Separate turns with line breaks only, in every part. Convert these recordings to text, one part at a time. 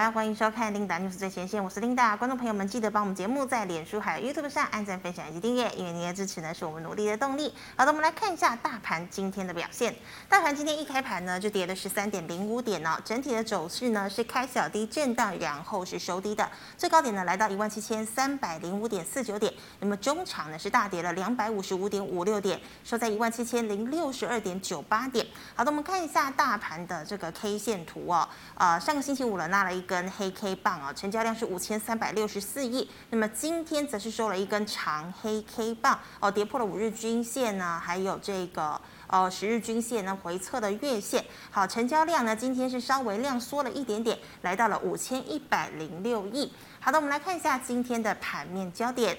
大家欢迎收看《琳达 news 最前线》，我是琳达。观众朋友们，记得帮我们节目在脸书还有 YouTube 上按赞、分享以及订阅，因为您的支持呢是我们努力的动力。好的，我们来看一下大盘今天的表现。大盘今天一开盘呢就跌了十三点零五点哦，整体的走势呢是开小低震荡，然后是收低的，最高点呢来到一万七千三百零五点四九点。那么中场呢是大跌了两百五十五点五六点，收在一万七千零六十二点九八点。好的，我们看一下大盘的这个 K 线图哦。呃，上个星期五呢拉了一根黑 K 棒哦，成交量是五千三百六十四亿。那么今天则是收了一根长黑 K 棒哦，跌破了五日均线呢，还有这个。哦，十日均线呢回测的月线，好，成交量呢今天是稍微量缩了一点点，来到了五千一百零六亿。好的，我们来看一下今天的盘面焦点。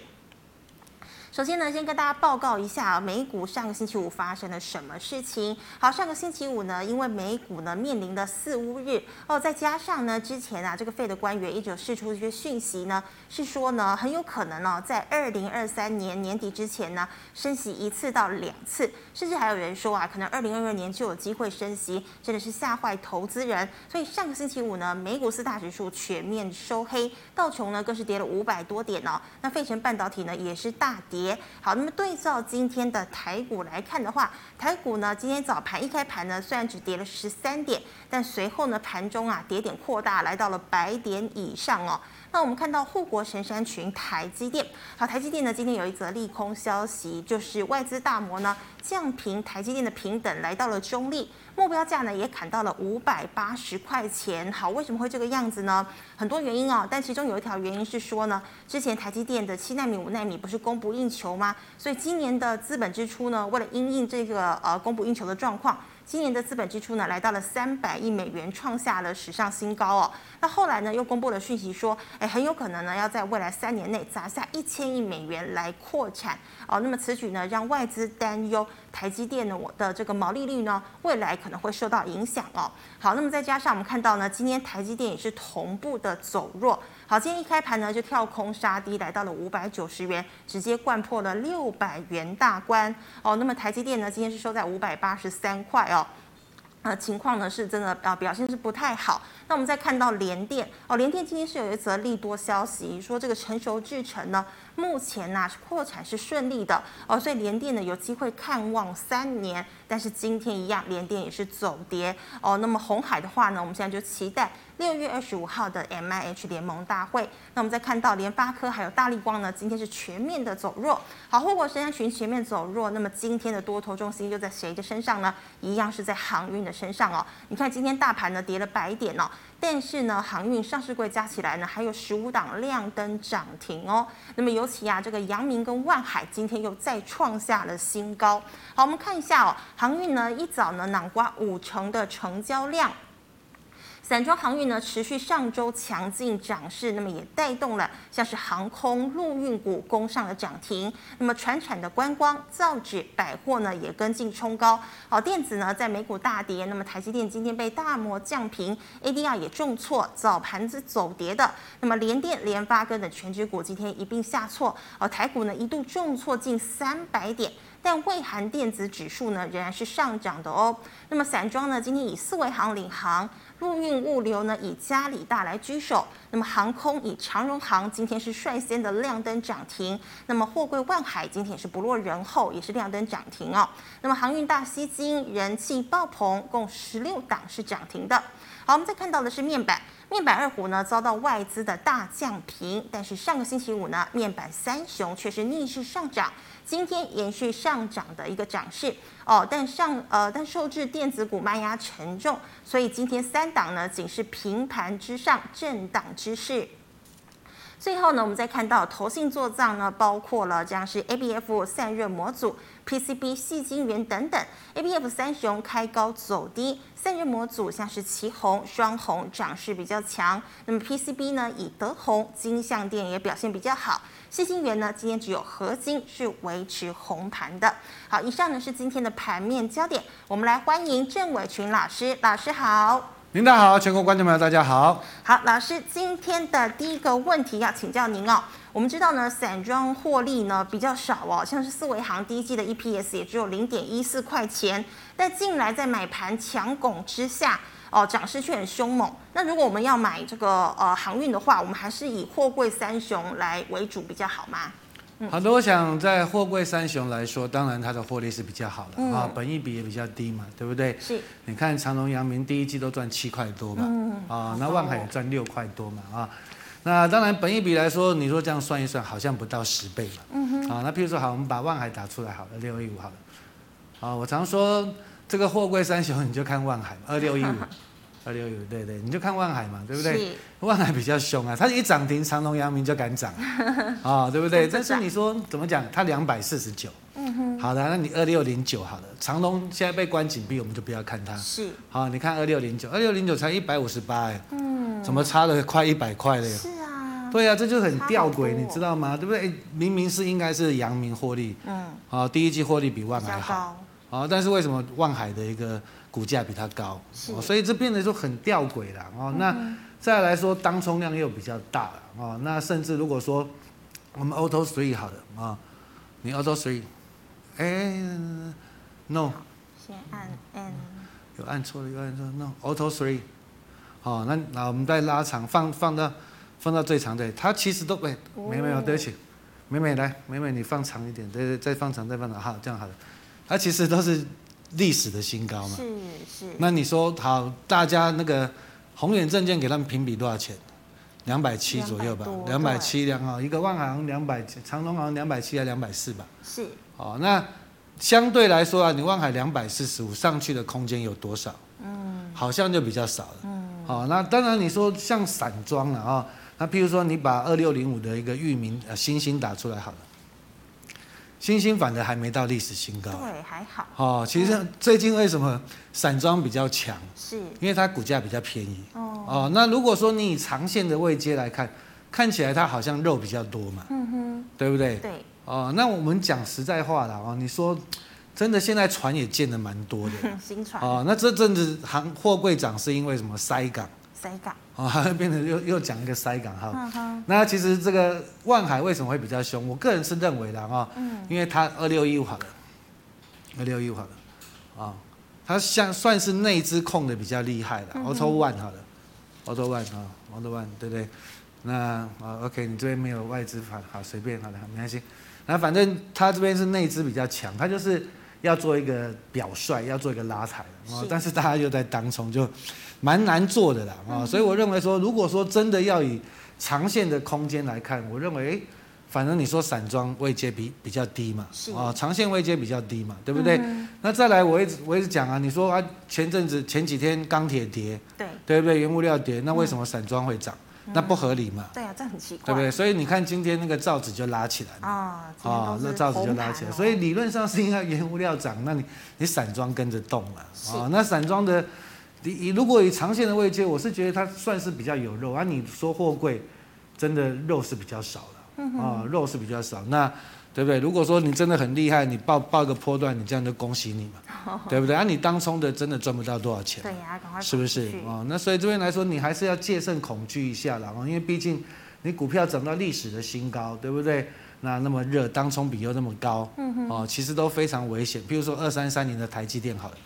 首先呢，先跟大家报告一下啊美股上个星期五发生了什么事情。好，上个星期五呢，因为美股呢面临的四乌日哦，再加上呢之前啊这个费的官员一直有释出一些讯息呢，是说呢很有可能哦，在二零二三年年底之前呢升息一次到两次，甚至还有人说啊，可能二零二二年就有机会升息，真的是吓坏投资人。所以上个星期五呢，美股四大指数全面收黑，道琼呢更是跌了五百多点哦，那费城半导体呢也是大跌。跌好，那么对照今天的台股来看的话，台股呢今天早盘一开盘呢，虽然只跌了十三点，但随后呢盘中啊跌点扩大，来到了百点以上哦。那我们看到护国神山群台积电，好，台积电呢今天有一则利空消息，就是外资大摩呢降平台积电的平等，来到了中立目标价呢也砍到了五百八十块钱。好，为什么会这个样子呢？很多原因哦，但其中有一条原因是说呢，之前台积电的七纳米、五纳米不是供不应求吗？所以今年的资本支出呢，为了因应这个呃供不应求的状况。今年的资本支出呢，来到了三百亿美元，创下了史上新高哦。那后来呢，又公布了讯息说，哎，很有可能呢，要在未来三年内砸下一千亿美元来扩产哦。那么此举呢，让外资担忧台积电呢，我的这个毛利率呢，未来可能会受到影响哦。好，那么再加上我们看到呢，今天台积电也是同步的走弱。好，今天一开盘呢就跳空杀低，来到了五百九十元，直接灌破了六百元大关哦。那么台积电呢，今天是收在五百八十三块哦。呃，情况呢是真的呃表现是不太好。那我们再看到联电哦，联电今天是有一则利多消息，说这个成熟制程呢，目前呢、啊、扩产是顺利的哦，所以联电呢有机会看望三年。但是今天一样，联电也是走跌哦。那么红海的话呢，我们现在就期待六月二十五号的 M I H 联盟大会。那我们再看到联发科还有大力光呢，今天是全面的走弱。好，护国神山群全面走弱，那么今天的多头重心又在谁的身上呢？一样是在航运的。身上哦，你看今天大盘呢跌了百点哦，但是呢航运上市柜加起来呢还有十五档亮灯涨停哦。那么尤其啊这个阳明跟万海今天又再创下了新高。好，我们看一下哦，航运呢一早呢囊括五成的成交量。散装航运呢持续上周强劲涨势，那么也带动了像是航空、陆运股攻上了涨停。那么船产的观光、造纸、百货呢也跟进冲高。好，电子呢在美股大跌，那么台积电今天被大摩降平，ADR 也重挫，早盘是走跌的。那么联电、联发科等全指股今天一并下挫，哦，台股呢一度重挫近三百点。但未含电子指数呢仍然是上涨的哦。那么散装呢，今天以四维航领航，陆运物流呢以嘉里大来居首。那么航空以长荣航今天是率先的亮灯涨停。那么货柜万海今天也是不落人后，也是亮灯涨停哦。那么航运大吸金，人气爆棚，共十六档是涨停的。好，我们再看到的是面板。面板二虎呢遭到外资的大降平，但是上个星期五呢，面板三雄却是逆势上涨，今天延续上涨的一个涨势哦。但上呃，但受制电子股卖压沉重，所以今天三档呢仅是平盘之上，震荡之势。最后呢，我们再看到投信做账呢，包括了这样是 ABF 散热模组、PCB 细晶圆等等。ABF 三雄开高走低，散热模组像是旗红、双红涨势比较强。那么 PCB 呢，以德宏、金相电也表现比较好。细晶圆呢，今天只有合金是维持红盘的。好，以上呢是今天的盘面焦点，我们来欢迎郑伟群老师，老师好。
您大好，全国观众朋友大家好。
好，老师，今天的第一个问题要请教您哦。我们知道呢，散装获利呢比较少哦，像是四维行第一季的 E EPS 也只有零点一四块钱，但近来在买盘强拱之下，哦涨势却很凶猛。那如果我们要买这个呃航运的话，我们还是以货柜三雄来为主比较好吗？嗯
好的，我想在货柜三雄来说，当然它的获利是比较好的
嗯
啊、本益比也比较低嘛，对不对？
是，
你看长隆、阳明第一季都赚七块多嘛，
嗯
啊
好，
那
高
万海
哦
也赚六块多嘛，啊，那当然本益比来说，你说这样算一算，好像不到十倍嘛，嗯啊，那譬如说好，我们把万海打出来好了，六一五好了，啊，我常说这个货柜三雄你就看万海嘛，二 六一五，二六一五，对对，你就看万海嘛，对不对？
是
万海比较凶啊，它一涨停，长隆、阳明就敢涨啊、对不对？
真的
但是
涨
你说怎么讲？它两百四十九，嗯哼，好的，那你二六零九好了，长隆现在被关紧闭，我们就不要看它。
是，
好，你看二六零九，二六零九才一百五十八，哎，嗯，怎么差了快一百块了呀？
是啊，
对呀、这就很
差好
吊
多
诡，你知道吗？对不对？哎明明是应该是阳明获利，
嗯，
啊、第一季获利比万
比
海
较
好，
高，
啊、但是为什么万海的一个股价比它高？哦
是嗯
所以这变得就很吊诡了哦。那再来说，当冲量又比较大了哦。那甚至如果说我们 Auto Three 好了啊、你 Auto Three，哎，no，
先按 N，
有按错了，有按错了，no Auto Three，哦，那那我们再拉长，放放到放到最长对，它其实都哎，没没有，
哦
对不起，美美来，美美你放长一点，对对，再放长，再放长，好，这样好了，它其实都是历史的新高嘛。
是是，
那你说好，大家那个宏远证券给他们评比多少钱？两百七左右吧，两百
200
七两啊，一个万行两百，长隆行两百七还两百四吧。
是
哦，那相对来说啊，你万海两百四十五上去的空间有多少？嗯，好像就比较少了。嗯，好、那当然你说像散装了啊、哦，那譬如说你把二六零五的一个域名呃星星打出来好了，星星反而还没到历史新高。
对，还好，
哦，其实最近为什么散装比较强？
是
因为它股价比较便宜。
哦，
哦，那如果说你以长线的位阶来看，看起来它好像肉比较多嘛，
嗯
对不对
哼，？对，
哦，那我们讲实在话啦，哦，你说真的，现在船也建的蛮多的。
哼新船
哦，那这阵子航货柜涨是因为什么塞港？
塞港，
哦， 还会变成又又讲一个塞港哈。
嗯哼，
那其实这个万海为什么会比较凶？我个人是认为啦，哦，
嗯
因为它二六一五好了，二六一五好了，啊、它像算是内资控的比较厉害了
嗯哼
，Auto One 好了，Auto One 啊、a u t o One 对不对？那啊、OK，你这边没有外资反，好随便好了，没关系。那反正它这边是内资比较强，它就是要做一个表率，要做一个拉抬的哦
是。
但是大家又在当冲，就蛮难做的啦
嗯
啊、哦所以我认为说，如果说真的要以长线的空间来看，我认为，诶反正你说散装位阶比比较低嘛
是，嗯
啊、长线位阶比较低嘛，对不对？那再来，我一直我一直讲啊，你说啊，前阵子前几天钢铁跌，
对
对不对？原物料跌，那为什么散装会涨？那不合理嘛，
对啊，这很奇怪，
对不对？所以你看今天那个造纸就拉起来嘛，
啊，今天
啊、
都是
那造纸就
红
拉
盘
起来，
哦
所以理论上是应该 原物料涨，那你你散装跟着动了
是
啊、那散装的，你以如果以长线的位阶，我是觉得它算是比较有肉啊。你说货柜，真的肉是比较少了
嗯
啊、肉是比较少，那对不对？如果说你真的很厉害，你报报个波段，你这样就恭喜你嘛， 对不对？啊，你当冲的真的赚不到多少钱。
对呀，赶快
是不
跑
是
出去
哦？那所以这边来说，你还是要戒慎恐惧一下啦，哦，因为毕竟你股票涨到历史的新高，对不对？那那么热，当冲比又那么高，
嗯
哦，其实都非常危险。比如说二三三零的台积电好了，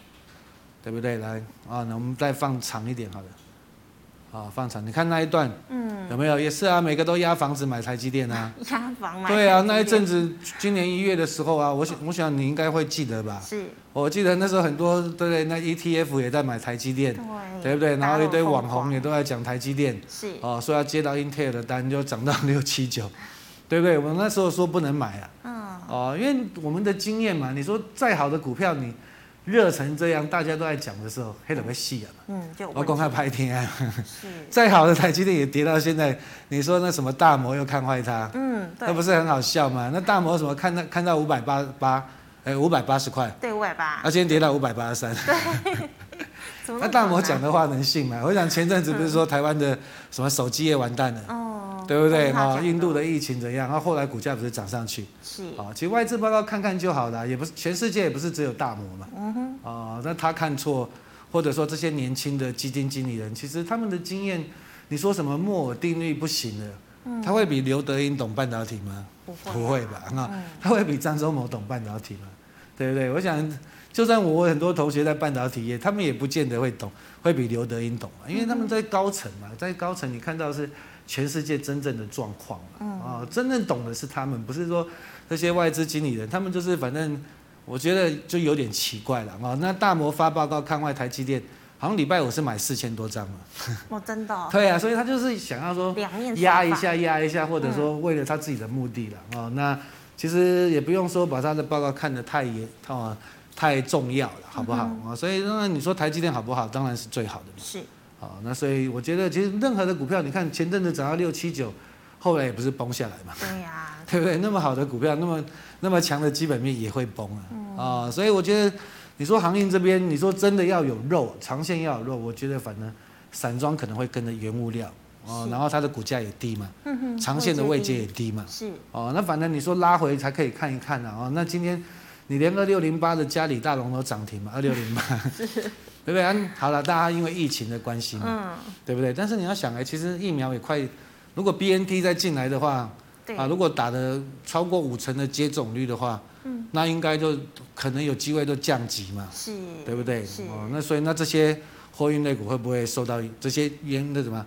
对不对？来啊，那我们再放长一点好了，啊，放长，你看那一段
嗯，
有没有？也是啊，每个都压房子买台积 电啊。
压房买
对
台
啊，
积
那一
电
阵子今年一月的时候啊，我想我想你应该会记得吧？
是，
我记得那时候很多对不对？那 ETF 也在买台积电。
对
对不对？然后一堆网红也
也
都在讲台积电，
是
哦，说要接到 Intel 的单就涨到 六七九，对不对？我们那时候说不能买啊，
嗯
哦，因为我们的经验嘛，你说再好的股票你热成这样，大家都在讲的时候，黑了会细啊嘛，
嗯就有
我
问
公
题
开拍天啊，
是，
再好的台积电也跌到现在，你说那什么大摩又看坏它，
嗯
那
对
不是很好笑吗？那大摩什么看到看到五百八八，哎，五百八十块，
对外吧
它，今天跌到五百八十三。
怎么么
那
啊
大
早
摩
呢
啊讲的话能信吗？我想前阵子不是说台湾的什么手机业完蛋了，
哦，
对不对？
都是他
哈、
讲嗯
印度的疫情怎样？然后后来股价不是涨上去？
是
啊、其实外资报告看看就好了，也不是全世界也不是只有大摩嘛。嗯哼。哦，那他看错，或者说这些年轻的基金经理人，其实他们的经验，你说什么莫尔定律不行的，他会比刘德英懂半导体吗？
不会啊
不会吧？那、他会比张忠谋懂半导体吗？对不对？我想，就算我很多同学在半导体业，他们也不见得会懂，会比刘德英懂嘛，因为他们在高层嘛，在高层你看到是全世界真正的状况嘛，
嗯
啊、真正懂的是他们，不是说这些外资经理人，他们就是反正我觉得就有点奇怪了啊、哦那大摩发报告看外台积电，好像礼拜五是买四千多张嘛，
哦，真的哦、
对啊，所以他就是想要说
两面
压
手
一
法，
下，压一下，或
嗯
者说为了他自己的目的了哦。那其实也不用说把他的报告看得太严哦，太重要了，好不好
嗯
啊？所以当然你说台积电好不好，当然是最好的嘛。
是
好，那所以我觉得其实任何的股票，你看前阵子涨到六七九，后来也不是崩下来嘛，
对呀、
对不对？那么好的股票，那么那么强的基本面也会崩啊
嗯
啊、哦所以我觉得你说航运这边，你说真的要有肉，长线要有肉，我觉得反正散装可能会跟着原物料哦
是，
然后它的股价也低嘛。
嗯哼，
长线的位阶也低嘛。
是
哦，那反正你说拉回才可以看一看啊。哦，那今天你连二六零八的嘉里大龙都涨停嘛，二六零八，对不对？啊好了，大家因为疫情的关系嘛，
嗯，
对不对？但是你要想哎，其实疫苗也快，如果 B N T 再进来的话，
对，
啊，如果打的超过五成的接种率的话，嗯，那应该就可能有机会就降级嘛，
是，
对不对？
嗯是，
哦，那所以那这些货运类股会不会受到这些原那什么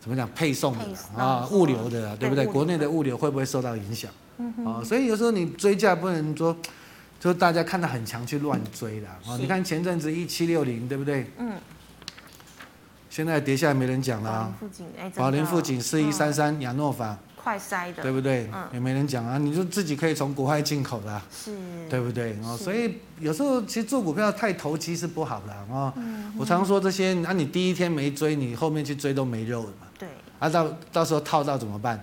怎么讲配送的
配
啦
送哦
啊物流的啦，
对
对不对？
物流嗯
国内的物流会不会受到影响？啊，所以有时候你追价不能说，就大家看得很强去乱追啦。啊，
是
你看前阵子一七六零，对不对？
嗯，
现在跌下来没人讲
宝林
啦。
附近，哎，真的
宝林附近四一三三亚诺法，
快塞的，
对不对
嗯？
也没人讲啊，你就自己可以从国外进口啊啦。
是，
对不对？哦，
嗯是
所以有时候其实做股票太投机是不好的啊哦。
嗯
我常说这些，那、你第一天没追，你后面去追都没肉了嘛。
对，
啊，到到时候套到怎么办？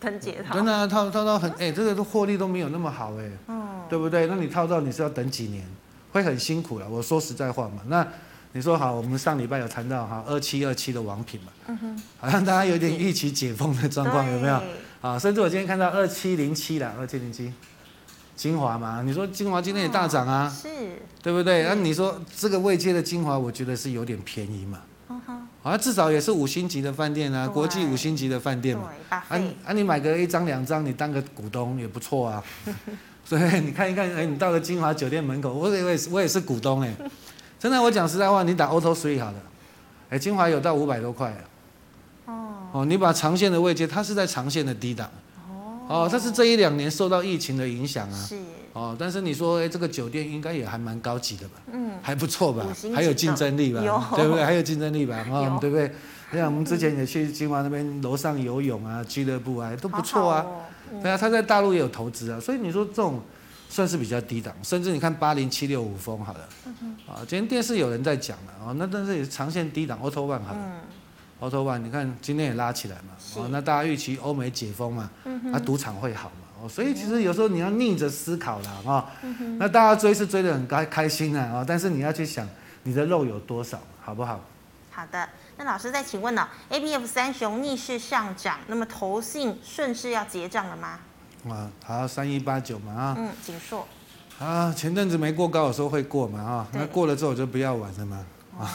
藤姐
真
她，
的啊、套套到很哎、这个获利都没有那么好哎、
嗯，
对不对？那你套到你是要等几年，会很辛苦了。我说实在话嘛，那你说好，我们上礼拜有谈到哈二七二七的王品嘛，
嗯哼，
好像大家有点预期解封的状况，有没有？
对？
啊，甚至我今天看到二七零七啦，二七零七，精华嘛，你说精华今天也大涨啊。
是，
对不对？那、
嗯
你说这个未接的精华，我觉得是有点便宜嘛，
嗯哼，
啊，至少也是五星级的饭店啊，
对
国际五星级的饭
对
店嘛，，
巴
啊
菲，
啊，你买个一张两张，你当个股东也不 错啊。所以你看一看，哎，你到了金华酒店门口，我也我也是我也是股东哎，真的，我讲实在话，你打 Auto Three 好了，哎，金华有到五百多块啊
哦，
哦，你把长线的位阶，它是在长线的低档哦，它是这一两年受到疫情的影响啊。
是，
哦，但是你说，哎，这个酒店应该也还蛮高级的吧？
嗯，
还不错吧
五星级，的
还有竞争力吧
有，
对不对？还有竞争 力吧，
有
哦，对不对？你看我们之前也去金华那边楼上游泳啊，俱乐部啊，都不错
好
啊。
好哦，嗯
对啊，他在大陆也有投资啊，所以你说这种算是比较低档，甚至你看八零七六五峰好了，
嗯
啊，今天电视有人在讲了啊，哦那但是也是长线低档 Auto One 好了
嗯，
，Auto One 你看今天也拉起来嘛，
是嗯
哦，那大家预期欧美解封嘛，啊，赌场会好嘛，哦，所以其实有时候你要逆着思考啦，啊。
嗯
那大家追是追得很开开心啊，啊，但是你要去想你的肉有多少，好不好？
好的。那老师再请问哦，A B F 三雄逆势上涨，那么投信顺势要结账了吗？
啊，好，三一八九嘛啊，
嗯，锦硕，
啊，前阵子没过高，我说会过嘛啊，
对
那过了之后我就不要玩了嘛，
哦，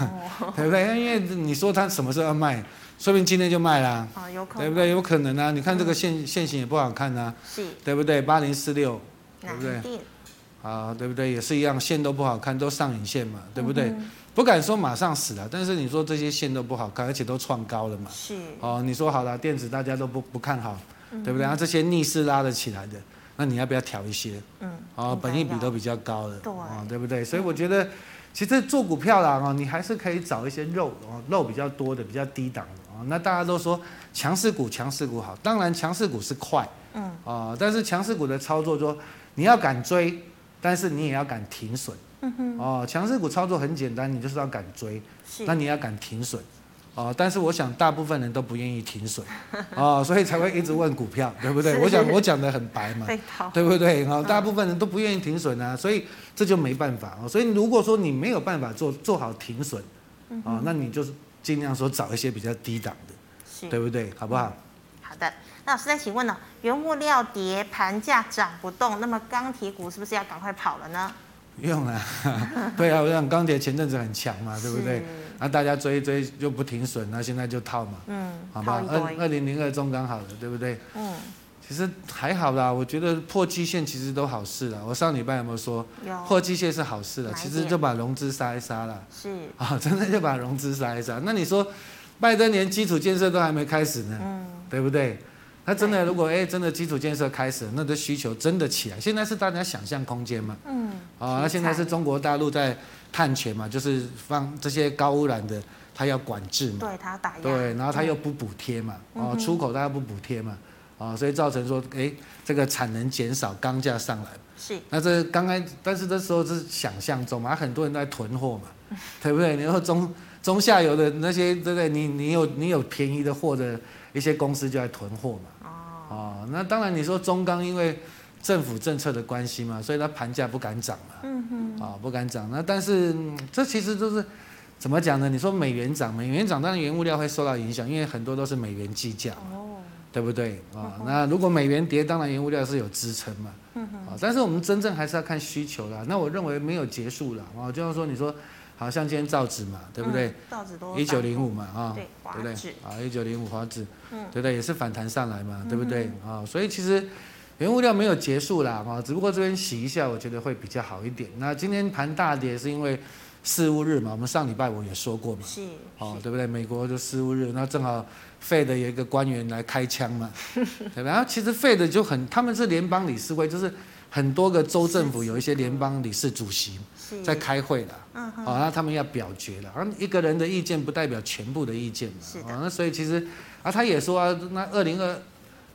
对不对？因为你说他什么时候要卖，说不定今天就卖啦，
哦，有可能，
对不对？有可能啊，你看这个现现形也不好看啊，
是
对不对？八零四六对
南
不对
电，
啊，对不对？也是一样，线都不好看，都上影线嘛，对不对？
嗯
不敢说马上死了，但是你说这些线都不好看，而且都创高了嘛。
是
哦，你说好了，电子大家都不不看好，
嗯
对不对？然啊后这些逆势拉得起来的，那你要不要调一些？
嗯，
哦
应，该
本益比
要
都比较高的，
对
哦，对不对？所以我觉得，其实做股票啦，哦，你还是可以找一些肉哦，肉比较多的、比较低档的哦。那大家都说强势股，强势股好，当然强势股是快，
嗯，
哦，但是强势股的操作说你要敢追，但是你也要敢停损，嗯哼，哦，强势股操作很简单，你就是要敢追，
是
那你要敢停损。哦，但是我想大部分人都不愿意停损，哦，所以才会一直问股票，对不对？
是
我想我讲的很白嘛，
被套，
对不
嗯
对？啊，大部分人都不愿意停损啊，所以这就没办法哦。所以如果说你没有办法做做好停损，
嗯
啊，那你就是尽量说找一些比较低档的，
是
对不对？好不好？
好的。那老师再请问哦，原物料跌，盘价涨不动，那么钢铁股是不是要赶快跑了呢？
不用啊， 对啊，我想钢铁前阵子很强嘛，啊对不对
是？
那大家追一追就不停损，那现在就套嘛，
嗯，
好
套
吧
一？
二
堆，
二零零二中钢好了，对不对？
嗯，
其实还好啦，我觉得破季线其实都好事啦。我上礼拜有没有说
有
破季线是好事啦？
买
其实
哦点
就把融资杀一杀啦。
是，
啊，真的就把融资杀一杀。那你说，拜登连基础建设都还没开始呢，
嗯，
对不对？那真的，如果哎、真的基础建设开始，那这需求真的起来。现在是大家想象空间嘛，
嗯，
啊，那现在是中国大陆在探权嘛，就是放这些高污染的，它要管制嘛，
对他打压，
嗯对，然后它又不补贴嘛，
嗯
哦，
哼
出口它又不补贴嘛，啊，所以造成说，哎、这个产能减少，钢价上来。
是
那这刚开，但是这时候是想象中嘛，很多人都在囤货嘛，对不对？你说中中下游的那些，对不对？你你有你有便宜的货的一些公司就在囤货嘛。
哦，
哦，那当然你说中钢因为政府政策的关系嘛，所以它盘价不敢涨嘛，
嗯哼，
啊、不敢涨。那但是、嗯这其实就是怎么讲呢？你说美元涨，美元涨，当然原物料会受到影响，因为很多都是美元计价嘛，
哦，
对不对？啊、那如果美元跌，当然原物料是有支撑嘛。
嗯哼，
啊，但是我们真正还是要看需求啦。那我认为没有结束啦。啊，就像说你说，好像今天造纸嘛，对不对？
嗯？造纸多，
一九零五，嘛，啊，
对，华
对不对
纸，？
啊，一九零五华纸，
嗯
对不对？也是反弹上来嘛，对不对？啊，所以其实原物料没有结束啦，啊，只不过这边洗一下，我觉得会比较好一点。那今天盘大跌是因为四五日嘛，我们上礼拜我也说过嘛，
是，
哦，
是，
对不对？美国就失误日，那正好费的有一个官员来开 枪嘛，对不对？然后其实费的就很，他们是联邦理事会，就是很多个州政府有一些联邦理事主席
是
在开会啦，
嗯哼，
哦，那他们要表决了，然后一个人的意见不代表全部的意见嘛，
是的
哦，那所以其实啊，他也说啊，那二零二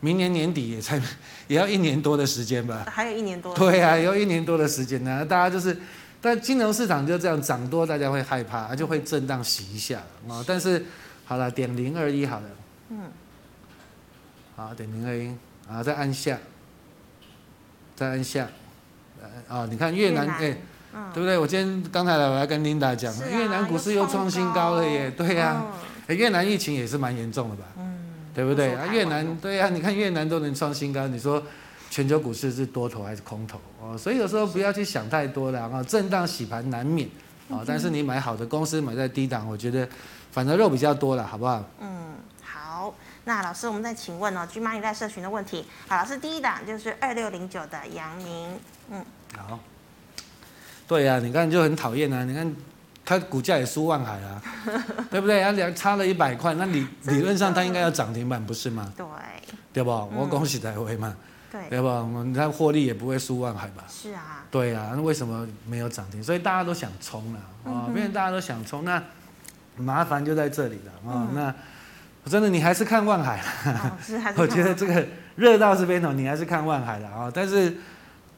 明年年底也才 也要一年多的时间吧，
还有一年多，
对啊，有一年多的时间呢、大家就是，但金融市场就这样涨多，大家会害怕，就会震荡洗一下啊、哦但是好了，点零二一好了，
嗯，
好，点零二一，啊，再按下，再按下，呃啊、你看越南，哎、
嗯，
对不对？我今天刚才来我还跟 Linda 讲，
是啊
越南股市又创新高了耶，对呀、哎越南疫情也是蛮严重的吧？
嗯，
对不对？啊，越
不
南对啊，你看越南都能创新高，你说全球股市是多头还是空头哦？所以有时候不要去想太多了啊，震荡洗盘难免
嗯
啊。但是你买好的公司，买在低档，我觉得反正肉比较多了，好不好？
嗯，好，那老师，我们再请问哦，居妈你在社群的问题。好，老师第一档就是二六零九的阳明，
好。对呀、啊，你看就很讨厌啊！你看它股价也输万海 啊，对不对？啊，两差了一百块，那理理论上它应该要涨停板不是吗？
对
对不？我恭喜台会嘛，
嗯对，
对不？我们它获利也不会输万海吧？
是 啊，
对啊，那为什么没有涨停？所以大家都想冲了啊，变成大家都想冲，那麻烦就在这里了啊、那真的你还是看万海啦，
哦、是还是
我觉得
看
这个热到这边头，你还是看万海了啊、但是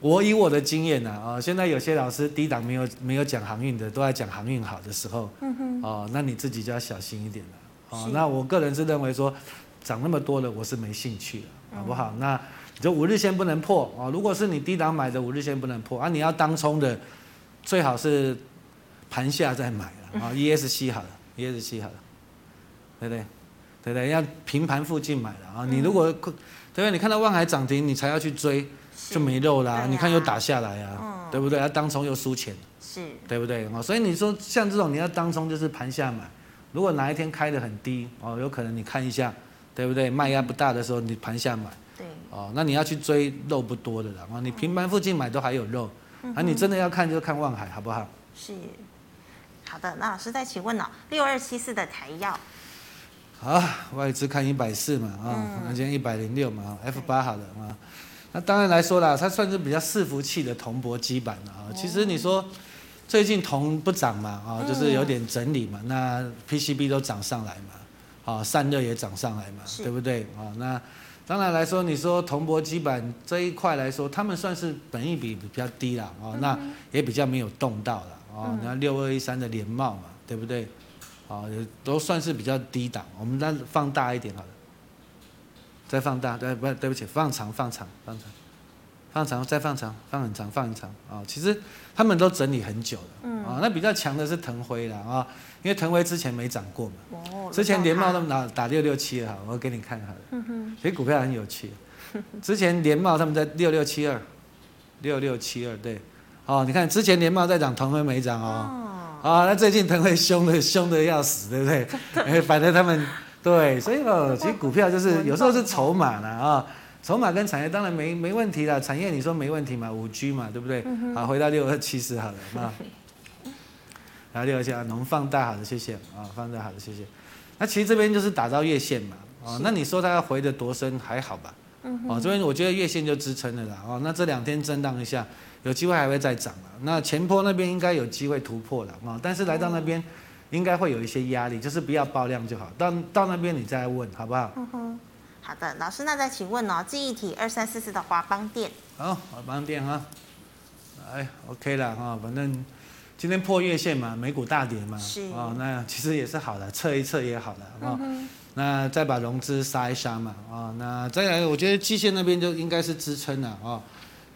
我以我的经验呢啊，现在有些老师低档没有没有讲航运的，都在讲航运好的时候，
嗯哼，
哦，那你自己就要小心一点了。哦
是，
那我个人是认为说，涨那么多了，我是没兴趣了，好不
嗯
好？那你就五日线不能破哦。如果是你低档买的，五日线不能破啊，你要当冲的，最好是盘下再买了
嗯
啊、e s c 好了，ESC 好了，对不对？对不对？要平盘附近买了啊、
嗯
你如果对不对？你看到万海涨停，你才要去追，
是
就没肉啦。
对呀啊
你看又打下来啊，
嗯
对不对？啊，当冲又输钱。
是
对不对？哦，所以你说像这种你要当冲就是盘下买，如果哪一天开得很低哦，有可能你看一下，对不对？卖压不大的时候你盘下买
对，
哦，那你要去追肉不多的啦，哦，你平盘附近买都还有肉，
嗯
啊，你真的要看就看望海好不好？
是。好的，那老师再请问哦，六二七四的台药，
啊，外资看一百四嘛，啊、那今天一百零六嘛，F 八好了啊。那当然来说啦，它算是比较伺服器的铜箔基板了啊。其实你说最近铜不涨嘛，啊，就是有点整理嘛。那 PCB 都涨上来嘛，啊，散热也涨上来嘛，
是
对不对？啊，那当然来说，你说铜箔基板这一块来说，他们算是本益比比较低啦，
嗯
啊，那也比较没有动到啦，啊，那六二一三的联茂嘛，对不对？啊，也都算是比较低档。我们再放大一点好了，再放大，对，不，对不起，放长，放长，放长，放长，再放长，放很长，放很长啊、其实他们都整理很久了，
嗯
啊、那比较强的是腾辉了啊，因为腾辉之前没涨过嘛，
哦，
之前联
轮到
茂
它
他们打打六六七哈，我给你看好了。
嗯哼，
其实股票很有趣，之前联茂他们在六六七二，六六七二对，哦，你看之前联茂在涨，腾辉没涨哦。
哦，
啊，那最近腾会凶的凶的要死，对不对？哎，反正他们对，所以哦，其实股票就是有时候是筹码啦啊、筹码跟产业当然没没问题啦，产业你说没问题嘛，五 G 嘛，对不对？好，回到六二七十好了啊。来六二七啊，能放大好的，谢谢啊，放大好的，谢谢。那其实这边就是打到月线嘛，哦，那你说它回的多深还好吧？哦，这边我觉得月线就支撑了啦。哦，那这两天震荡一下，有机会还会再涨了。那前坡那边应该有机会突破了啊、哦，但是来到那边应该会有一些压力，就是不要爆量就好。到到那边你再问好不好？
好的，老师，那再请问哦，记忆体二三四四的华邦店，
好，我帮电哈。哎，OK 了哈、哦，反正今天破月线嘛，美股大跌嘛，
是嗯
哦，那其实也是好的，测一测也好了哦。那再把融资杀一杀嘛，啊、哦，那再来，我觉得季线那边就应该是支撑了啊、哦。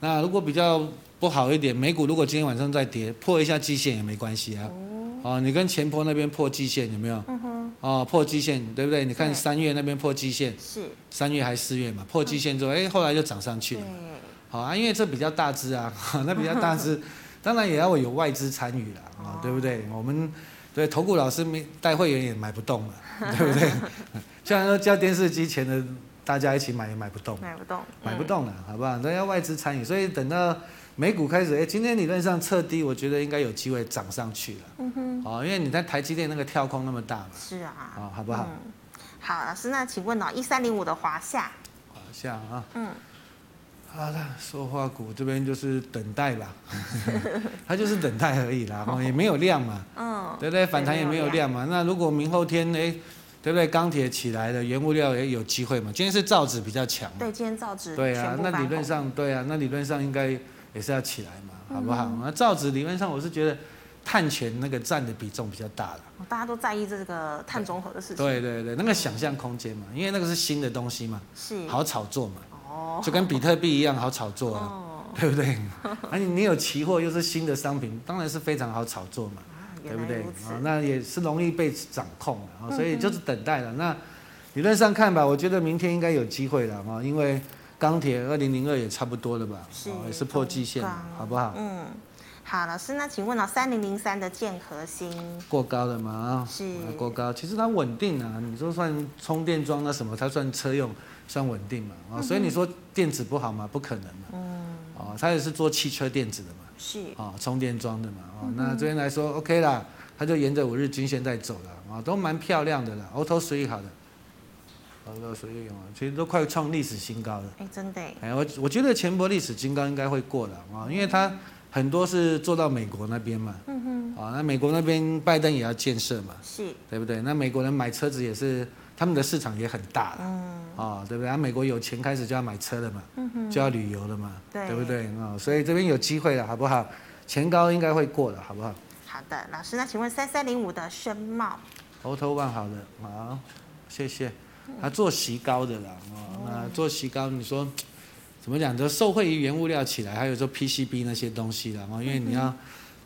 那如果比较不好一点，美股如果今天晚上再跌，破一下季线也没关系啊。哦，你跟前坡那边破季线有没有？
嗯哼，
哦，破季线对不对？你看
对
三月那边破季线，
是，
三月还是四月嘛，破季线之后，
嗯
哎、后来就涨上去
对
了。，好啊，因为这比较大只啊， 那比较大 只，当然也要有外资参与了啊
哦，
对不对？我们对投顾老师没带会员也买不 动嘛，对不对？ 虽然说交电视机钱的大家一起买也买不动，
买不动，
买不
嗯，
动了，好不好？都要外资参与，所以等到美股开始，哎，今天理论上测低，我觉得应该有机会涨上去了。
嗯哼，
哦，因为你在台积电那个跳空那么大嘛，
是啊，
啊，好不好？
嗯？好，老师，那请问哦，一三零五的华夏，
往下啊。
嗯，
啊，那塑化股这边就是等待吧， 它就是等待而已啦，哦，也没有量嘛，
嗯，
对不对？反弹也没有量嘛。那如果明后天哎，对不对？钢铁起来了，原物料也有机会嘛。今天是造纸比较强嘛，
对，今天造纸
对
全
啊
部，
那
翻
理论
红
上对啊，那理论上应该也是要起来嘛，好不好？那造纸理论上我是觉得碳权那个占的比重比较大了。
哦大家都在意这个碳中和的事情，
对对对，那个想象空间嘛，因为那个是新的东西嘛，
是，
好炒作嘛，
嗯哦，
就跟比特币一样好炒作啊。
哦，
对 不对？而你你有期货又是新的商品，当然是非常好炒作嘛，
啊
对
原
不
来
对
如？此嗯
啊，，那也是容易被掌控的啊，所以就是等待了。那理论上看吧，我觉得明天应该有机会了啊，因为钢铁二零零二也差不多了吧，
是
哦也是破季线了，
同
好不好？
嗯，好，老师，那请问哦，三零零三的建核心，
过高了嘛啊，
是
啊过高，其实它稳定啊，你说算充电桩啊那什么，它算车用，算稳定嘛啊，所以你说电子不好嘛，不可能嘛，
嗯，
哦，它也是做汽车电子的嘛。
是，
啊、充电桩的嘛，哦，
嗯
那这边来说 OK 啦，它就沿着五日均线在走了啊、都蛮漂亮的啦，Auto Three 好的，Auto Three 有啊，其实都快创历史新高了。
哎，真的耶，
哎，我我觉得前波历史新高应该会过了啊、因为它很多是做到美国那边嘛，
嗯哼，
啊、那美国那边拜登也要建设嘛，
是，
对不对？那美国人买车子也是，他们的市场也很大了。
嗯，
哦，对不对？啊，美国有钱开始就要买车了嘛，就要旅游了嘛，
对
不对？啊、所以这边有机会了，好不好？前高应该会过了，好不好
好的，老师，那请问三三零五的申茂，
？Auto One 好了，好，谢谢。他做席高的啦，哦，那做席高，你说怎么讲？就受惠于原物料起来，还有说 PCB 那些东西啦，哦，因为你要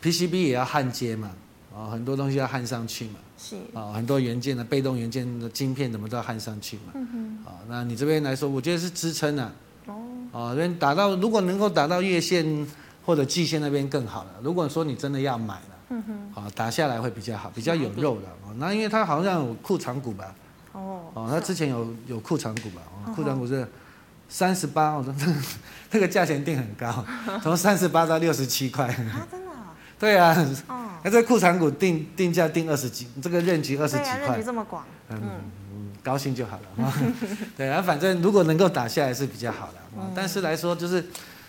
PCB 也要焊接嘛，哦，很多东西要焊上去嘛。
是，
啊、很多元件的被动元件的晶片怎么都要焊上去嘛。
嗯
啊、那你这边来说，我觉得是支撑啊。哦。啊，边打到如果能够打到月线或者季线那边更好了。如果说你真的要买了，嗯哼，啊、打下来会比较好，比较有肉了。哦，那因为它好像有库藏股吧？
哦，嗯
哦，它之前有有库藏股吧？哦，库藏股是三十八，我说那个那个价钱定很 高，从三十八到六十七块。
啊，真的哦，
对啊，
哦，
那这库藏股定定价定二十几，这个任期二十
对
几
啊，任
块
局。这么广，
嗯，高兴就好了。 哈对，然后反正如果能够打下来是比较好的，
嗯
哈但是来说就是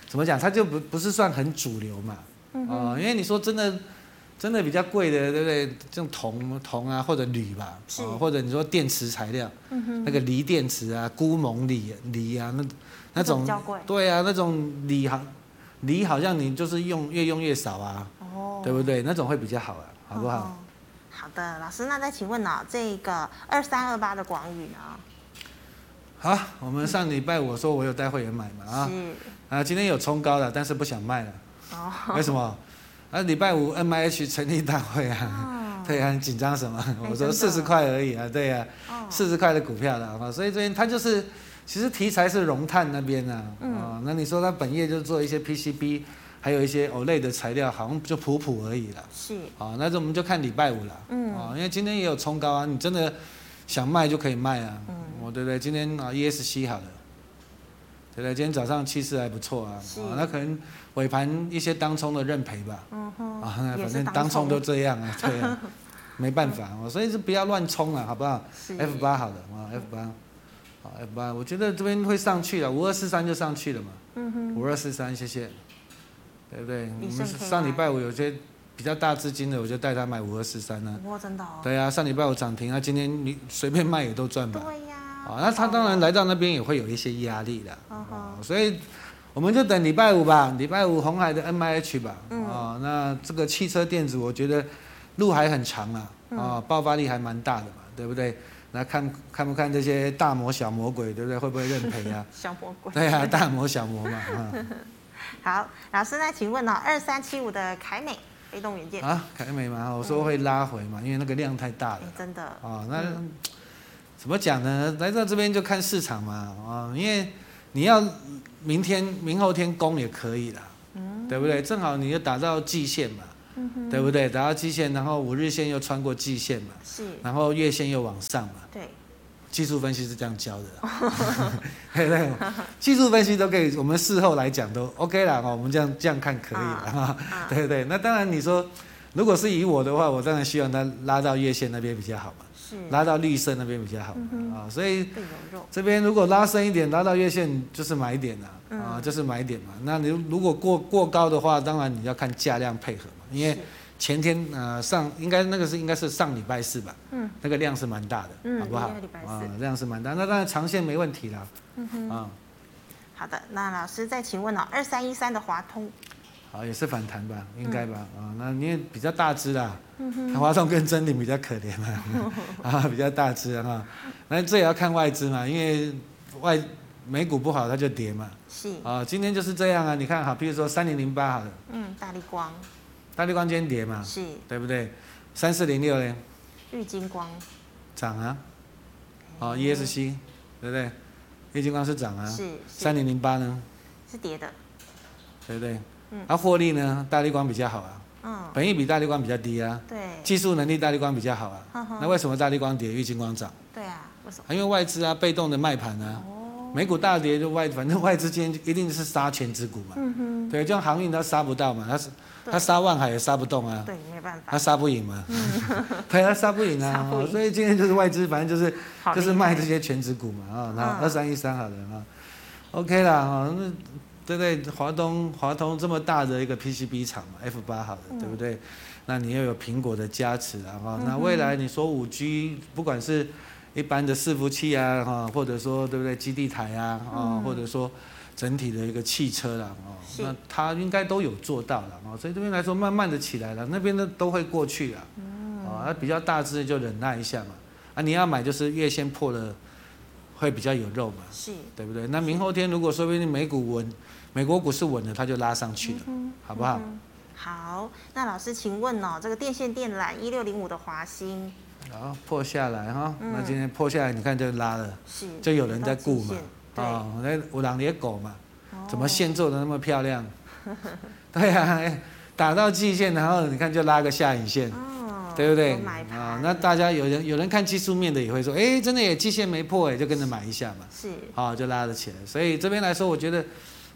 怎么讲，它就不不是算很主流嘛。
嗯
哦，因为你说真的，真的比较贵的，对不对？这种铜铜啊，或者铝吧，
是嗯
哦，或者你说电池材料，那个锂电池啊、钴锰锂锂啊，那那
比
种
较贵
对啊，那种锂好锂好像你就是用越用越少啊，
哦，
对不对？那种会比较好啊，好不好？
哦？好的，老师，那再请问哦，这个二三二八的广宇呢？
好，我们上礼拜我说我有带会员买嘛啊。
是，
啊，今天有冲高了，但是不想卖了。
哦，
为什么？啊，礼拜五 M I H 成立大会啊，
哦，哎
对啊，很紧张什么？我
真
说
的
四十块而已啊，对啊，
哦，
四十块的股票了啊，所以这边它就是，其实题材是融炭那边啊，
嗯
哦，那你说它本业就做一些 P C B，还有一些 OLED 的材料，好像就普普而已了。
是，
啊，那就我们就看礼拜五了。
嗯
啊，因为今天也有冲高啊，你真的想卖就可以卖啊。
嗯
，E 我对不对？今天啊，ESC 好了，对不对？今天早上气势还不错啊，
是
哦那可能尾盘一些当冲的认赔吧，
嗯哼，
啊，那
也
反
是
正
当
当冲
冲
都这 样啊，对啊，没办法哦，所以是不要乱冲啊，好不好
是
？F 八好了啊，F 八，好 F 八，我觉得这边会上去了，五二四三就上去了嘛，
嗯哼，
五二四三，谢谢，对不对？
你
我
胜啊
们
K
上礼
吗
拜我有些比较大资金的，我就带他买五二四三呢。
不过真的哦，
对啊，上礼拜我涨停啊，今天你 随便卖也都赚吧。
对呀，哦
啊，那他当然来到那边也会有一些压力的，
嗯哼
啊，所以我们就等礼拜五吧，礼拜五红海的 M I H 吧，
嗯？
啊，那这个汽车电子我觉得路还很长啊，啊，爆发力还蛮大的嘛，对不对？那看看不看这些大魔小魔鬼，对不对？会不会认赔啊
小魔鬼。
对啊，大魔小魔嘛，啊，
好，老师，那请问哦，二三七五的凯美被动元件，哎、
啊，凯美嘛，我说会拉回嘛，因为那个量太大了。
真的，
哦，那怎么讲呢？来到这边就看市场嘛，啊、因为你要明天、明后天攻也可以啦，对不对？正好你就打到季线嘛，对不对？打到季线，然后五日线又穿过季线嘛，
是，
然后月线又往上嘛。
对，
技术分析是这样教的 啦，对不对？技术分析都可以，我们事后来讲都 OK 啦，哦，我们这样这样看可以啦，
啊
对不对？那当然你说，如果是以我的话，我当然希望它拉到月线那边比较好嘛。
是，
拉到绿色那边比较好啊、
嗯
所以
更有肉，
这边如果拉深一点，拉到月线就是买点啦、啊，
嗯
就是买点嘛。那你如果过过高的话，当然你要看价量配合嘛，因为
是
前天呃上应该那个是应该是上礼拜四吧，
嗯，
那个量是蛮大的，
嗯
好不好
应该礼拜？四
啊，量是蛮大，那当然长线没问题啦，
嗯哼，
啊，
好的，那老师再请问哦，二三一三的华通，
好也是反弹吧，应该吧，
嗯
啊，那因为比较大只啦，华通跟真理比较可怜啊， 啊，比较大只啊哈，那这也要看外资嘛，因为外美股不好它就跌嘛，
是，
啊，今天就是这样啊，你看哈，比如说三零零八好了，
嗯，大力光，
大力光今天跌嘛，
是，
对不对？三四零六嘞
玉金光，
涨啊，啊 ESC 对不对？液晶光是涨啊，
哎是
三
是
零零八呢，
是跌的，
对不对
嗯？
啊，获利呢，大力光比较好啊，
嗯，
本益比大力光比较低啊，
对，
技术能力大力光比较好啊。
呵
那
呵，
为什么大力光跌，玉金光涨？
对啊，为什么？
啊因为外资啊，被动的卖盘啊，
哦，
美股大跌就外， 反正外资今天一定是杀全指股嘛。
嗯哼，
对，就像航运它杀不到嘛，它是
对
它杀万海也杀不动啊，
对，没办法
它，杀不赢嘛。 对，它杀不赢
嗯杀
啊
不赢，
所以今天就是外资，反正就是
好
就是
厉
卖
害
这些全指股嘛啊，那
嗯
二三一三好了啊，OK 啦啊，那对不对？华东华东这么大的一个 PCB 厂嘛，F 八好了，
嗯
对不对？那你又有苹果的加持啊，哈、那未来你说五 G，不管是一般的伺服器啊，哈，或者说对不对，基地台啊，啊、或者说整体的一个汽车啦，哦，
是
那它应该都有做到了，哦，所以这边来说，慢慢的起来了，那边的都会过去啊，哦，那比较大致就忍耐一下嘛，啊，你要买就是月线破了，会比较有肉嘛，
是，
对不对？那明后天如果说不定美股稳，美国股市稳了，它就拉上
嗯
去了，嗯好不好？
好，那老师请问哦，这个电线电缆一六零五的华兴
然后破下来哈，
嗯
那今天破下来，你看就拉了，
是，
就有人在顾嘛
跌到极限，对。
啊，那我两连狗嘛，
哦
怎么线做的那么 漂亮？对呀、哎打到季线，然后你看就拉个下影线，
哦，
对不对
有买？盘
啊，那大家有人有人看技术面的也会说，哎，真的也季线没破哎，就跟着买一下嘛。
是
啊、就拉得起来。所以这边来说，我觉得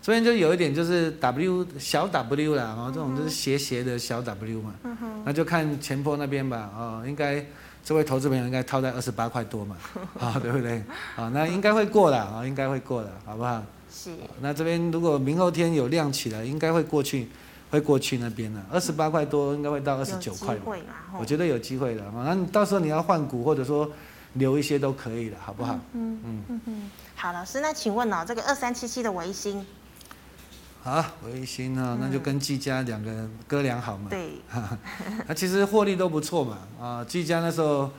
这边就有一点就是 W 小 W 啦，哦，这种就是斜斜的小 W 嘛，
嗯
那就看前坡那边吧，哦，应该这位投资朋友应该套在二十八块 多嘛，啊、对不对？啊、那应该会过啦，啊、应该会过啦，好不好？
是，
那这边如果明后天有亮起来，应该会过去，会过去那边的，二十八块多应该会到二十
有
九
机
块吧，
会嘛，吼
我觉得有机会的，哦那你到时候你要换股或者说留一些都可以了，好不好？嗯
嗯好，老师，那请问哦，这个二三七七的维新，
好，微星啊，那就跟技嘉两个哥俩好
嗯
嘛。
对，
那其实获利都不错嘛，啊，技嘉那时候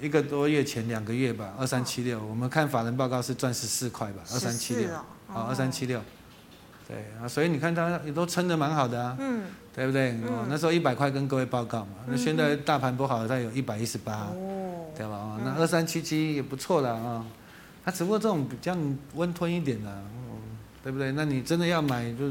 一个多月前两个月吧，二三七六，我们看法人报告是赚十四块吧，二三七六
哦14，哦
啊，二三七六，对啊，所以你看它也都撑得蛮好的啊，
嗯，嗯
对不对？哦，那时候一百块跟各位报告嘛，那现在大盘不好，它有一百一十八，啊
哦，
对吧？哦，那二三七七也不错啦啊，它只不过这种比较温吞一点的，嗯对不对？那你真的要买，就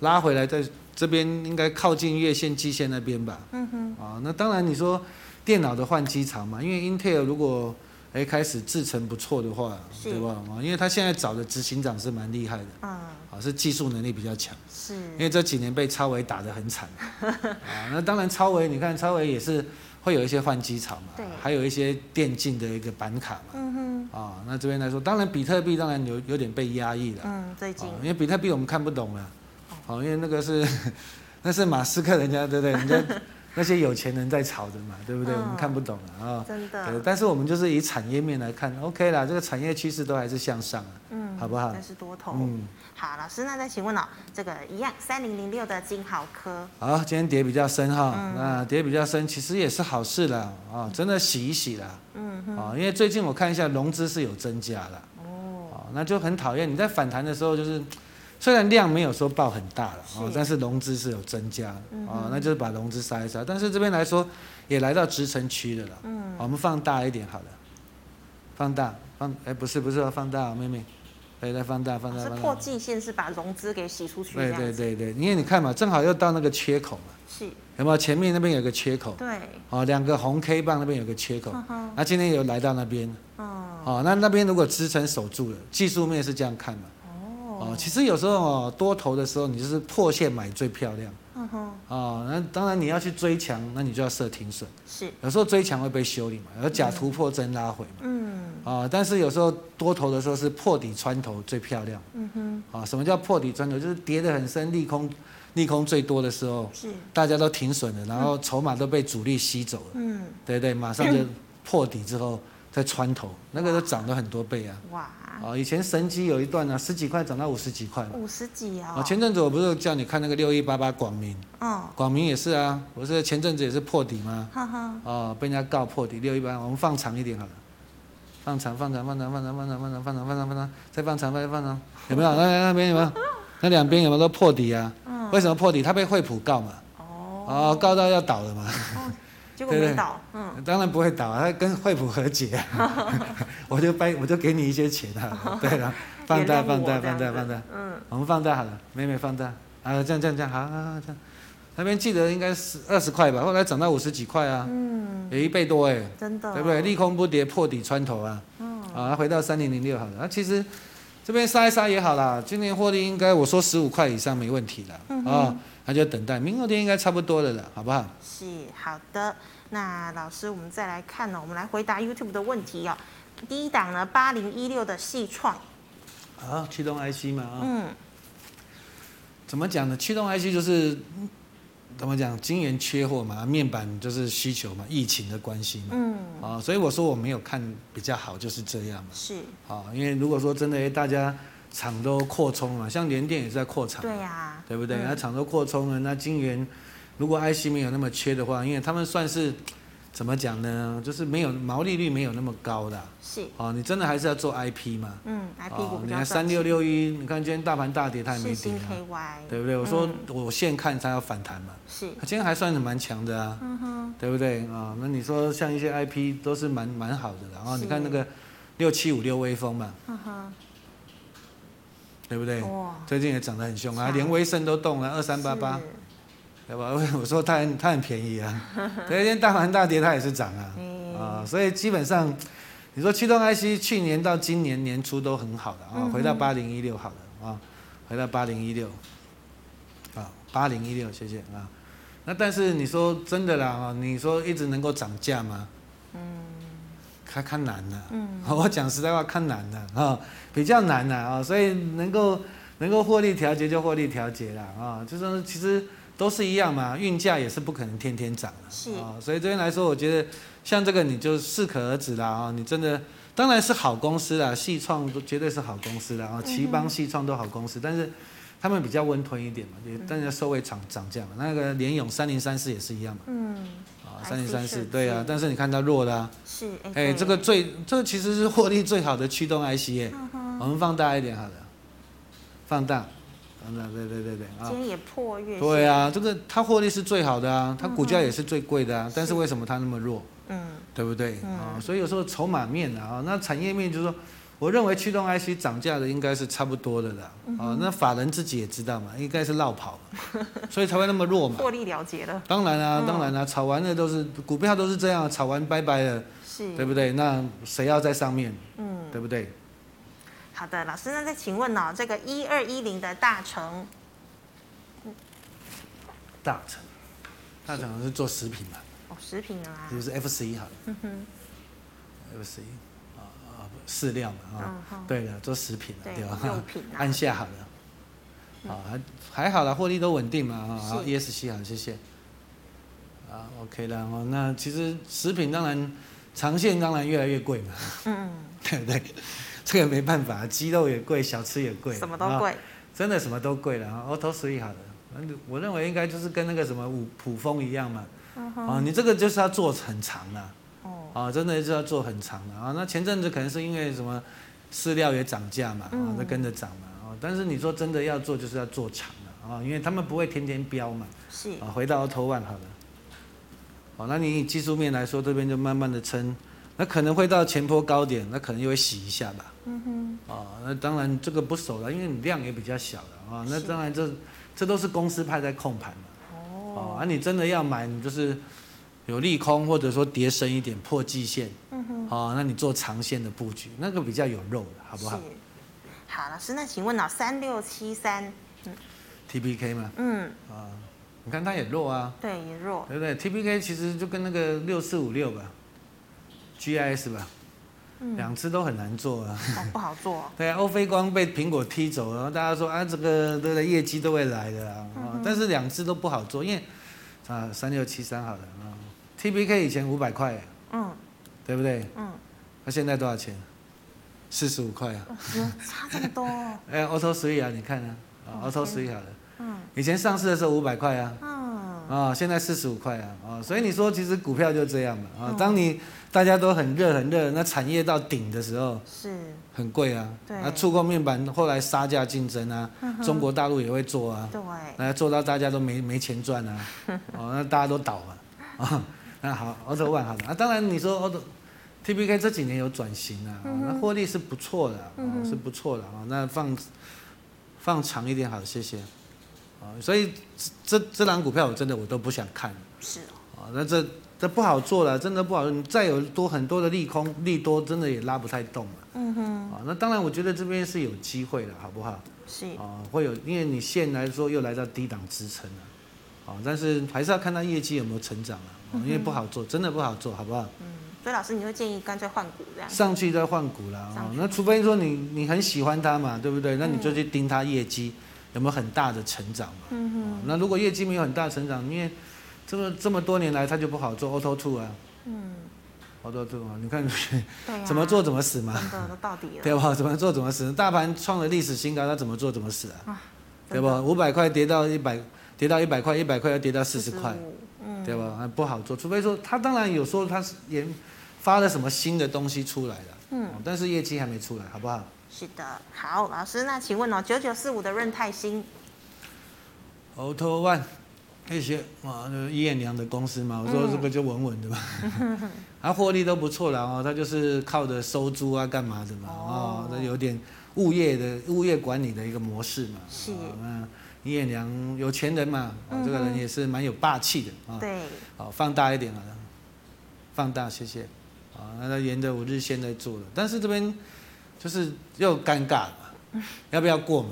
拉回来，在这边应该靠近月线、季线那边吧。
嗯哼，
啊，那当然你说电脑的换机潮嘛，因为 Intel 如果哎开始制成不错的话，
是
对吧？啊，因为他现在找的执行长是蛮厉害的，
嗯，
啊，是技术能力比较强。因
是，
为这几年被超维打得很惨啊。那当然，超维你看，超维也是会有一些换机潮
对
嘛，还有一些电竞的一个板卡嘛。
嗯哼，
啊，那这边来说，当然比特币当然有有点被压抑了，
嗯，最近哦
啊，因为比特币我们看不懂了，好、因为那个是 那是马斯克人家对不对？人家 那些有钱人在炒的嘛，对不对？
嗯
我们看不懂了啊。
真
对
的，
但是我们就是以产业面来看，OK 啦，这个产业趋势都还是向上啊。
嗯，
好不好
这是多头。
嗯，
好，老师，那再请问哦，这个一样三零零六的金豪科，
好，今天跌比较深哈，
嗯
那跌比较深其实也是好事啦，啊，真的洗一洗啦，
嗯哼，
啊，因为最近我看一下融资是有增加啦，
哦，
啊，那就很讨厌你在反弹的时候就是，虽然量没有说爆很大了，
是
哦，但是融资是有增加，
嗯
啊，那就是把融资杀一杀，但是这边来说也来到支撑区了啦，
嗯
好我们放大一点好了，放大放，哎，不是不是放大，妹妹，对，再放大放大
啊是
放
破
大，
季线是把融资给洗出去，这
对
样
对
子
对对，因为你看嘛，正好又到那个缺口嘛，
是，
有没有？前面那边有个缺口。
对，
哦，两个红 K 棒那边有个缺口，啊
嗯哼，
那今天有来到那边，
嗯，
哦，那那边如果支撑守住了，技术面是这样看嘛，哦
哦，，
其实有时候哦多头的时候，你就是破线买最漂亮，
嗯哼，
哦，那当然你要去追强，那你就要设停损，
是，
有时候追强会被修理嘛，有假突破真拉回嘛，
嗯
哦，但是有时候多头的时候是破底穿头最漂亮，
嗯哼，
啊、什么叫破底穿头？就是跌得很深，利空利空最多的时候，
是，
大家都停损了，然后筹码都被主力吸走了。
嗯，
对对，马上就破底之后再穿头，那个都涨了很多倍啊！
哇，
啊，以前神机有一段呢、啊，十几块涨到五十几块嘛。
五十几
啊，
哦，
前阵子我不是叫你看那个六一八八广明，
嗯，
广明也是啊，我是前阵子也是破底嘛，
哈哈，
哦，被人家告破底六一八，我们放长一点好了，放长放长放长放长放长放长放长放长放长，再放长再放长，有没有？那那那边有没有？那两边有没有都破底啊？
哦嗯，
为什么破底？他被惠普告嘛，
哦，
哦，告到要倒了嘛。
结果
对
没
对
倒，嗯，
当然不会倒啊，他跟惠普和解、 啊，我就掰，我就给你一些钱啊，对了，放大
原谅
放
我
大
这样
放大
子
放大，，
嗯，
我们放大好了，美美放大啊，这样这样这样，好好好这样，那边记得应该是二十块吧，后来涨到五十几块啊，
嗯，
有一倍多哎，
真的，
对不对？？利空不跌，破底穿头啊，
嗯，
啊，回到三零零六好了，啊，其实这边杀一杀也好啦，今年获利应该我说十五块以上没问题
嗯
啦，
哼
啊，那就等待，明后天应该差不多了啦，好不好？
是好的，那老师，我们再来看哦呢、我们来回答 YouTube 的问题哦。第一档呢，八零一六的细创，
啊好，驱动 IC 嘛啊。
嗯，
怎么讲呢？驱动 IC 就是嗯怎么讲，晶圆缺货嘛，面板就是需求嘛，疫情的关系嘛，
嗯，
啊、所以我说我没有看比较好，就是这样嘛，
是，
啊、因为如果说真的诶大家厂都扩充嘛，像联电也是在扩厂，
对呀、
对不对？
嗯
那厂都扩充了，那晶圆如果 IC 没有那么缺的话，因为他们算是怎么讲呢？就是没有毛利率没有那么高的啊、
是，
哦，你真的还是要做 IP 嘛，
嗯，I P 股
哦，
比
你
较赚
看三
钱
六六一，你看今天大盘大跌，它也没
是
跌
新
啊。
K Y，
对不对？我说
嗯
我现看它要反弹嘛，
是，
它今天还算是蛮强的啊，
嗯哼，
对不对啊、那你说像一些 IP 都是蛮蛮好的啦，然后
是
你看那个六七五六微风嘛，
嗯哼，
对不对？
哇，
最近也涨得很凶啊，
强
连威盛都动了二三八八
是，，
对吧？我说它很它很便宜 啊，对，今天大盘大跌它也是涨啊，
嗯
啊、所以基本上你说驱动 IC 去年到今年年初都很好的啊、
嗯哼
回到八零一六好了啊、回到八零一六啊，八零一六谢谢啊。那但是你说真的啦啊，你说一直能够涨价吗？嗯，看看难了、
嗯，
我讲实在话，看难了啊、比较难了啊、所以能够能够获利调节就获利调节啦啊、就是说其实都是一样嘛，运价也是不可能天天涨的
是
啊、所以这边来说，我觉得像这个你就适可而止啦啊、你真的当然是好公司啦，细创都绝对是好公司啦啊、
嗯哼
奇邦、细创都好公司，但是。他们比较温吞一点嘛，
嗯
也但是收尾厂涨价嘛，那个联咏三零三四也是一样嘛，
嗯，
啊，
还
三
是
零三四
是
对啊
是，嗯
但是你看它弱啦、
是，
哎、
对
这个，最这其实是获利最好的驱动 IC 耶、
嗯哼，
我们放大一点好了，放大，放大，对对对对啊
今，天也破月，
对，啊，这个它获利是最好的啊，它股价
嗯哼
也是最贵的啊，但是
是
为什么它那么弱，
嗯，
对不对
嗯
啊？所以有时候筹码面啊，那产业面就是说，我认为驱动 IC 涨价的应该是差不多的啦，
嗯
啊，那法人自己也知道嘛，应该是绕跑 嘛所以才会那么弱嘛。
获利了结了，
当然啊，
嗯
当然啊，炒完了都是股票都是这样，炒完拜拜了，
是，
对不对？那谁要在上面，
嗯，
对不对？
好的，老师，那再请问哦，这个一二一零的大成，
大成，大成是做食品嘛，
哦，食品啊
是，不是 F 十一行
嗯哼，
？F 十一啊啊，饲料嘛啊，
嗯哼，
对的，做食品的
对，
对哎
肉
吧？
品啊
按，下好了，啊还还好啦，获利都稳定嘛啊
是
好，ESC 好，谢谢。啊，OK 啦哦，那其实食品当然长线当然越来越贵嘛，
嗯，
对不对？这个没办法，鸡肉也贵，小吃也贵，
什么都
啊
贵，
真的什么都贵了啊，auto three 好了，反正我认为应该就是跟那个什么五普丰一样嘛，
嗯哼，
啊，你这个就是要做很长啊，
哦，
啊，真的就是要做很长的啊。那前阵子可能是因为什么饲料也涨价嘛，啊
嗯，
那跟着涨嘛，啊，但是你说真的要做就是要做长了啊，因为他们不会天天飙嘛，
是，
啊，回到 auto one 好了，好，那你以技术面来说，这边就慢慢的撑，那可能会到前坡高点，那可能又会洗一下吧。
嗯哼，
啊，那当然这个不熟了，因为你量也比较小了啊。
是
那当然这这都是公司派在控盘嘛。哦，啊，
哦，
你真的要买，你就是有利空或者说跌深一点破季线，
嗯哼，
哦，那你做长线的布局，那个比较有肉的，好不好
是？好，老师，那请问哦，三六七三，
？TPK 嘛，
嗯，
啊，你看它也弱啊，
对，也 弱，
对不对？TPK 其实就跟那个六四五六吧，GIS 吧，
嗯，
两次都很难做啊。
哦，不好做哦，
对啊，欧菲光被苹果踢走了，然后大家说啊，这个对的业绩都会来的啊、
嗯
哦
哼
但是两只都不好做，因为啊三六七三好了啊、t b k 以前五百块，
嗯
对不对？
嗯，
那、现在多少钱？四十五块啊！
嗯差这么多哦，
哎、a u t o Three 啊，你看啊，啊
哦
Auto
天
Three 好了，
嗯
以前上市的时候五百块啊，
嗯，
啊、现在四十五块啊，啊、所以你说其实股票就这样嘛，啊、
嗯
当你大家都很热很热，那产业到顶的时候
是，
很贵啊，
对
啊，触控面板后来杀价竞争啊，
嗯哼
中国大陆也会做啊，
对，
那做到大家都没没钱赚啊，哦，那大家都倒嘛，啊，那好，Auto One 好的啊，当然你说 Auto TPK 这几年有转型啊，哦那获利是不错的啊，
嗯
哦
哼
是不错的啊，那放放长一点好，谢谢，啊，所以这这这档股票我真的我都不想看
是哦，
啊，那这这不好做了，真的不好做，你再有多很多的利空利多，真的也拉不太动了。
嗯哼，
啊，那当然，我觉得这边是有机会的，好不好？
是，
啊，会有，因为你线来说又来到低档支撑了，啊，但是还是要看它业绩有没有成长啊，啊因为不好做，真的不好做，好不好？
嗯，所以老师你会建议干脆换股这样，
上去再换股啦，
上
啊
去，嗯
那除非说你你很喜欢它嘛，对不对？那你就去盯它业绩有没有很大的成长嘛。
嗯
啊
哼，
那如果业绩没有很大成长，因为这么这么多年来它就不好做 Auto Two 啊
嗯，
，Auto Two 啊，你看
对呀，
怎么做怎么死嘛，
真的都到底了，
对吧？怎么做怎么死，大盘创了历史新高，它怎么做怎么死啊？对
真的？
吧？五百块跌到一百，跌到一百块，一百块要跌到四十块，
45，嗯，
对吧？啊不好做，除非说他当然有时候他是研发了什么新的东西出来了，
嗯
哦，但是业绩还没出来，好不好？
是的，好，老师，那请问哦，九九四五的润泰新，
Auto One 那些啊，就是一眼良的公司嘛，我
嗯
说这个就稳稳的 嘛，它获利都不错了哦，它就是靠着收租啊干嘛的嘛，
哦
哦，那有点物业的物业管理的一个模式嘛，
是
哦那一眼良有钱人嘛，哦，这个
嗯
人
哼
也是蛮有霸气的啊，
对，
好，放大一点好了，放大，谢谢。啊，那它沿着五日线在做了，但是这边就是又尴尬了 嘛，要不要过嘛？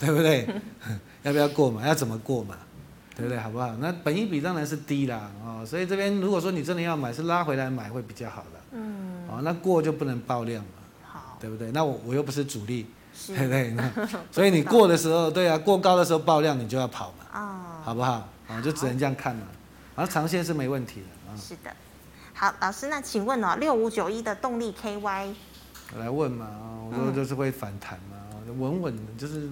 对不对？ 要不要过嘛？要怎么过嘛？对不对？好不好？那本益比当然是低啦，哦，所以这边如果说你真的要买，是拉回来买会比较好的。
嗯，
哦，那过就不能爆量嘛，
好，
对不对？那我我又不是主力，对不
是
对？那 所以你过的时候，对啊，过高的时候爆量你就要跑嘛。
啊，
好不好？啊，就只能这样看嘛。然后长线是没问题的啊。
是的，好，老师，那请问哦，六五九一的动力 KY，
我来问嘛，啊，我说
嗯
就是会反弹嘛，啊稳稳的，就是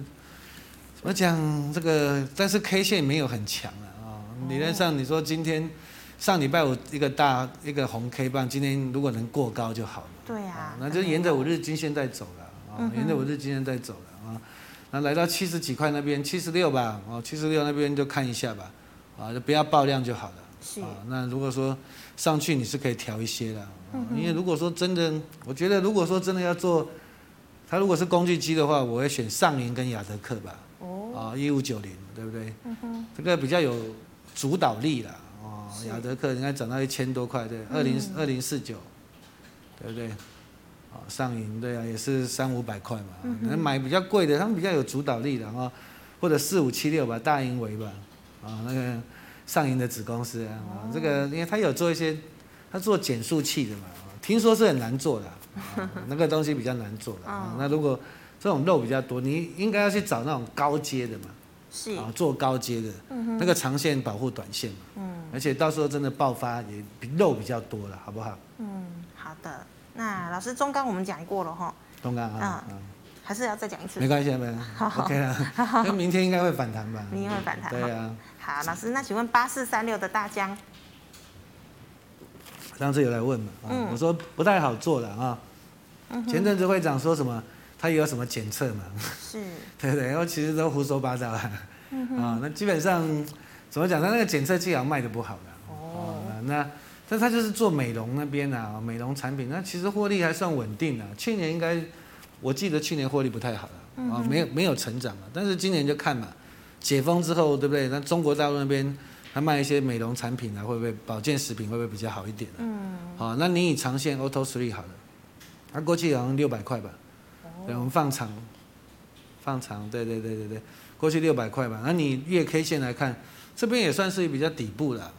怎么讲这个，但是 K 线没有很强了啊。
哦
理论上你说今天上礼拜五一个大一个红 K 棒，今天如果能过高就好了。哦
对啊，
那就沿着五日均线在走了啊
嗯，哼
沿着五日均线在走了啊。那来到七十几块那边，七十六吧，哦，七十六那边就看一下吧，啊，就不要爆量就好了。
嗯是
啊，那如果说上去你是可以调一些的，啊
嗯哼
因为如果说真的，我觉得如果说真的要做，它如果是工具机的话，我会选上银跟雅德克吧，
哦，
啊，一五九零，对不对？
嗯哼，
这个比较有主导力啦，哦，
是嗯
雅德克应该涨到一千多块，对，二零二零四九，对不对？啊，上影对啊，也是三五百块
嗯
嘛。那买比较贵的，他们比较有主导力的啊，或者四五七六吧，大盈维吧，啊，那个上影的子公司啊，
哦
啊这个因为它有做一些，它做减速器的嘛，啊听说是很难 做的啊，啊那个东西比较难做的啊
哦。
那如果这种肉比较多，你应该要去找那种高阶的嘛。
是，嗯
啊，做高阶的，那个长线保护短线嘛，而且到时候真的爆发也比肉比较多了，好不好？
嗯，好的。那老师中钢我们讲过了哈，
东刚啊，啊
还是要再讲一次
没。关系，没关系，OK 了，那明天应该会反弹吧？
明天会反弹
对啊，
好，老师，那请问八四三六的大疆，
上次有来问嘛，啊
嗯
我说不太好做了啊，前阵子会长说什么，他也有什么检测嘛，
是，
对不对？然后其实都胡说八道啊，啊，那基本上怎么讲，他那个检测器好像卖的不好了。
哦，
哦，那但他就是做美容那边啊，美容产品，那其实获利还算稳定啊。去年应该，我记得去年获利不太好了啊、没有没有成长啊。但是今年就看嘛，解封之后，对不对？那中国大陆那边他卖一些美容产品啊，会不会保健食品会不会比较好一点、啊？嗯，好、那你以长线 Auto Three 好了，它过去好像六百块吧，对，我们放长，放长，对对对对对，过去六百块吧。那你月 K 线来看，这边也算是比较底部了。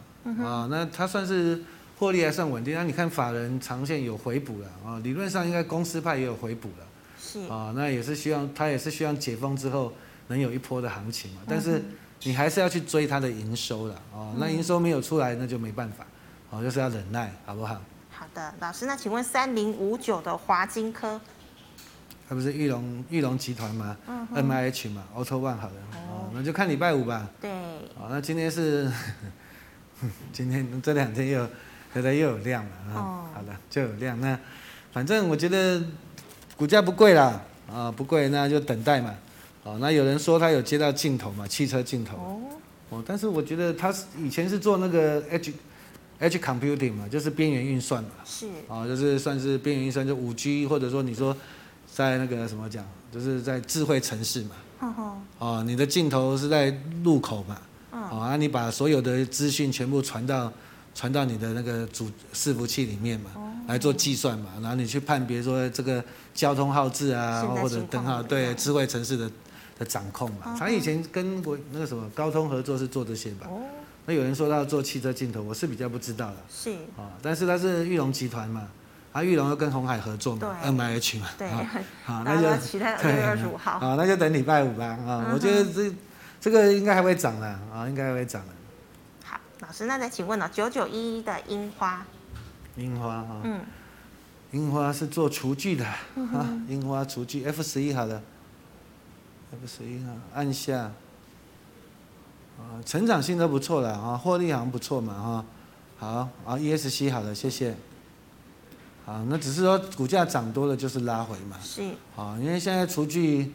啊，那它算是获利还算稳定。那你看法人长线有回补了啊，理论上应该公司派也有回补了
是，
啊，那也是希望它也是希望解封之后能有一波的行情嘛。但是你还是要去追它的营收了啊，那营收没有出来那就没办法，啊，就是要忍耐，好不好？
好的，老师，那请问三零五九的华金科，
它不是玉龙玉龙集团嘛，M I H 嘛，Auto One 好了，哦，那就看礼拜五吧。
对，
好，那今天是 今天这两天又回来又有量了啊、
哦
好了，就有量。那反正我觉得股价不贵啦，啊不贵，那就等待嘛。好，那有人说他有接到镜头嘛，汽车镜头。
哦，
哦，但是我觉得他是以前是做那个 H H computing 嘛，就是边缘运算嘛。
是，
啊，就是算是边缘运算，就五 G 或者说你说在那个什么讲，就是在智慧城市嘛。
哼嗯哼，
哦，你的镜头是在入口嘛？
嗯
哦，啊，你把所有的资讯全部传到传到你的那个主伺服器里面嘛，
哦
来做计算嘛，然后你去判别说这个交通号志啊，
现在
或者
情况
灯号，
怎么样
对智慧城市的的掌控
嗯
嘛
哼。
他以前跟我那个什么高通合作是做这些吧？
哦，
那有人说他要做汽车镜头，我是比较不知道的
是，
啊，但是他是玉龙集团嘛，啊，玉龙又跟红海合作嘛
对
，M I H 嘛，
对，
啊 好，
大家
那就
都期待
对
六月二十五号，
啊，那就等礼拜五吧啊
嗯，哼
我觉得这这个应该还会涨的啊，应该还会涨的。
好，老师，那再请问哦，九九一一的樱花，
樱花啊，
嗯，
樱花是做厨具的啊，樱花厨具 F 十一好了，F 十一啊，按下啊，成长性都不错了啊，获利好像不错嘛啊，好啊，ESC 好了，谢谢。好，那只是说股价涨多了就是拉回嘛，
是，
啊，因为现在厨具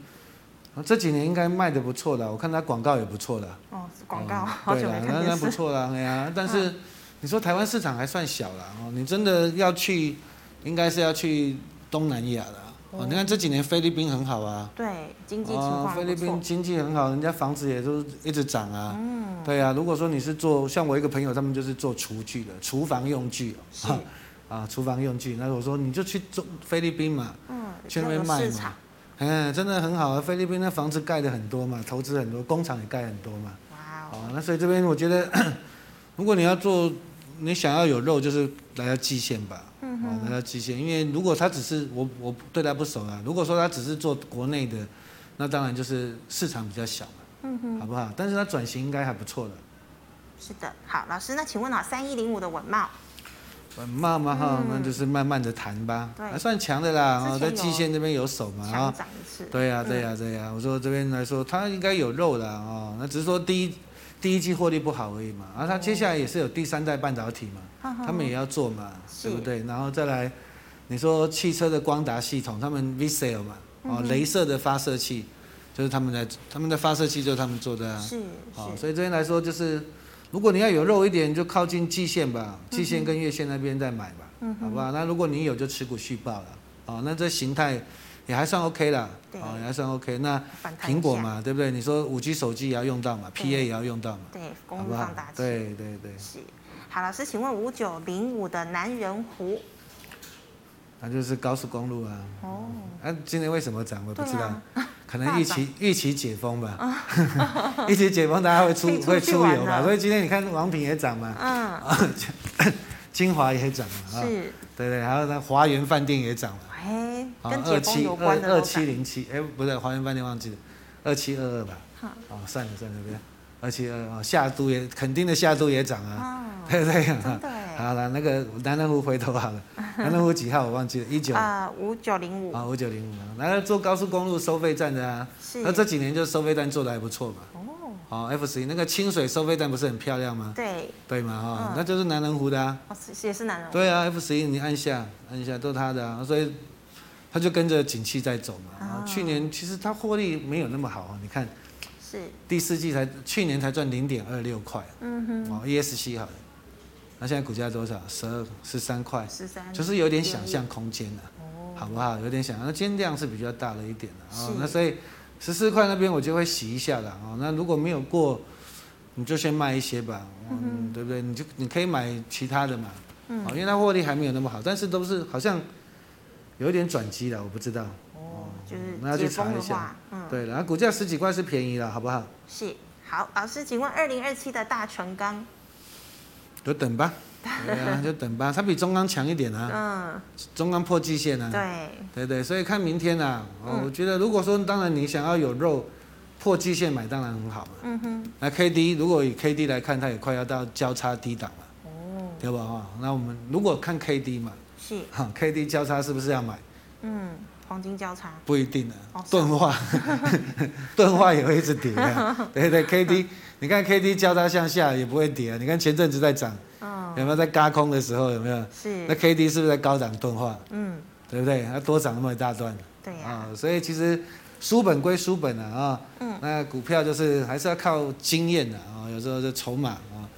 啊这几年应该卖的不错的，我看它广告也不错的。
哦，广告，
嗯
好久
对啦
没
那
看
那
电
不
视，嗯
错啦，哎呀，但是你说台湾市场还算小啦，哦，你真的要去，应该是要去东南亚啦。哦，你看这几年菲律宾很好啊，
对，经济情
哦
况，
菲
不
律宾
错，
经济很好，人家房子也都一直涨啊。
嗯，
对啊，如果说你是做像我一个朋友，他们就是做厨具的，厨房用具
是，
哦 啊，厨房用具。那我说你就去做菲律宾嘛，
嗯，
去那
有
边卖
市
嘛
场，。
嗯，真的很好啊，菲律宾那房子盖的很多嘛，投资很多，工厂也盖很多嘛。
哇哦，
哦，那所以这边我觉得，如果你要做，你想要有肉，就是来到蓟县吧，
嗯
哦，来到蓟县，因为如果他只是我我对他不熟啊，如果说他只是做国内的，那当然就是市场比较小嘛，
嗯哼，
好不好？但是他转型应该还不错的。
是的，好，老师，那请问哦，三一零五的文茂，
很慢嘛哈，那就是慢慢的谈吧，
嗯对
还算强的啦。哦，
之前
在
有
蓟县这边有手嘛啊
强，嗯涨一次，
对呀对呀对呀，我说这边来说，它应该有肉的哦，那只是说第一第一季获利不好而已嘛，
哦
啊，它接下来也是有第三代半导体嘛，他们也要做嘛，
嗯是
对不对？然后再来，你说汽车的光达系统，他们 VCL 嘛，
嗯
哦，镭射的发射器就是他们来，他们的发射器就是他们做的啊，
是
哦，
是，
所以这边来说就是，如果你要有肉一点，你就靠近季线吧，
嗯
季线跟月线那边再买吧，好不好？那如果你有就持股续报了，哦，那这形态也还算 OK 啦，
对
哦，也还算 OK。那
反弹一
苹果
下，
嘛，对不对？你说五 G 手机也要用到嘛
对
，PA 也要用到嘛，
对，
好
公
不
路
好
放大？器，
对对对，
是。好，老师，请问五九零五的南人湖，
那就是高速公路啊。
哦，
那、今年为什么涨？我也不知
对
道，
啊啊
可能 预期预期解封吧，预期解封大家会出
可以出
会
去
出
玩啊
游吧。
了
所以今天你看王品也涨嘛，
嗯，
金华也涨嘛，啊，
是，
对对，还有那华园饭店也涨了。
哎，
啊
跟
二
解封
七
有关的
二
都
二
涨
七零七，哎，不对，华园饭店忘记了，二七二二吧。
好
哦，算了算了，不要。二七二啊，夏都也肯定的夏都也涨啊，
啊，
对对
真
啊。
的哎，
好了，那个南南湖回头好了，南南湖几号我忘记了，一九啊
啊，五九零五
五九零五，然后做高速公路收费站的啊，
是
那这几年就收费站做的还不错嘛。
哦，
哦，F 十一那个清水收费站不是很漂亮吗？
对，
对嘛哈
嗯，
那就是南南湖的啊。
哦，是也是男人，
对啊，F 十一你按下按下都是它的啊，所以它就跟着景气在走嘛。
啊
去年其实它获利没有那么好啊，你看
是，
第四季才去年才赚零点二六块
嗯哼，
哦，ESC 好了，那现在股价多少？十二十三块，
十三，
就是有点想象空间了、
哦，
好不好？有点想象，那今天量是比较大了一点的啊、哦
是，
那所以十四块那边我就会洗一下了哦。那如果没有过，你就先卖一些吧，嗯，对不对？你就你可以买其他的嘛。
嗯
哦，因为它获利还没有那么好，但是都是好像有一点转机了，我不知道。
哦，就
那要
是
去
解
查
封
一
的
下
话，嗯，
对，然后股价十几块是便宜了，好不好？
是。好，老师，请问二零二七的大成钢，
就等 吧，对啊，就等吧，它比中钢强一点啊，
嗯，
中钢破季线啊，
对，
对对，所以看明天啊，
嗯
哦我觉得如果说当然你想要有肉破季线买，当然很好嘛。
嗯哼，
那 K D 如果以 K D 来看，它也快要到交叉低档了，
哦，
对吧？哈，那我们如果看 K D 嘛，
是，
哈，K D 交叉是不是要买？
嗯，黄金交叉，
不一定啊
哦，是啊
钝化， 钝化也会一直跌 啊。对对，K D，你看 K D 交叉向下也不会跌啊。你看前阵子在涨，
嗯，
有没有在嘎空的时候有没有？
是，
那 K D 是不是在高涨钝化？
嗯，
对不对？它多涨那么一大段
对呀、
啊，所以其实书本归书本啊啊，
嗯
那股票就是还是要靠经验的啊，有时候就筹码啊。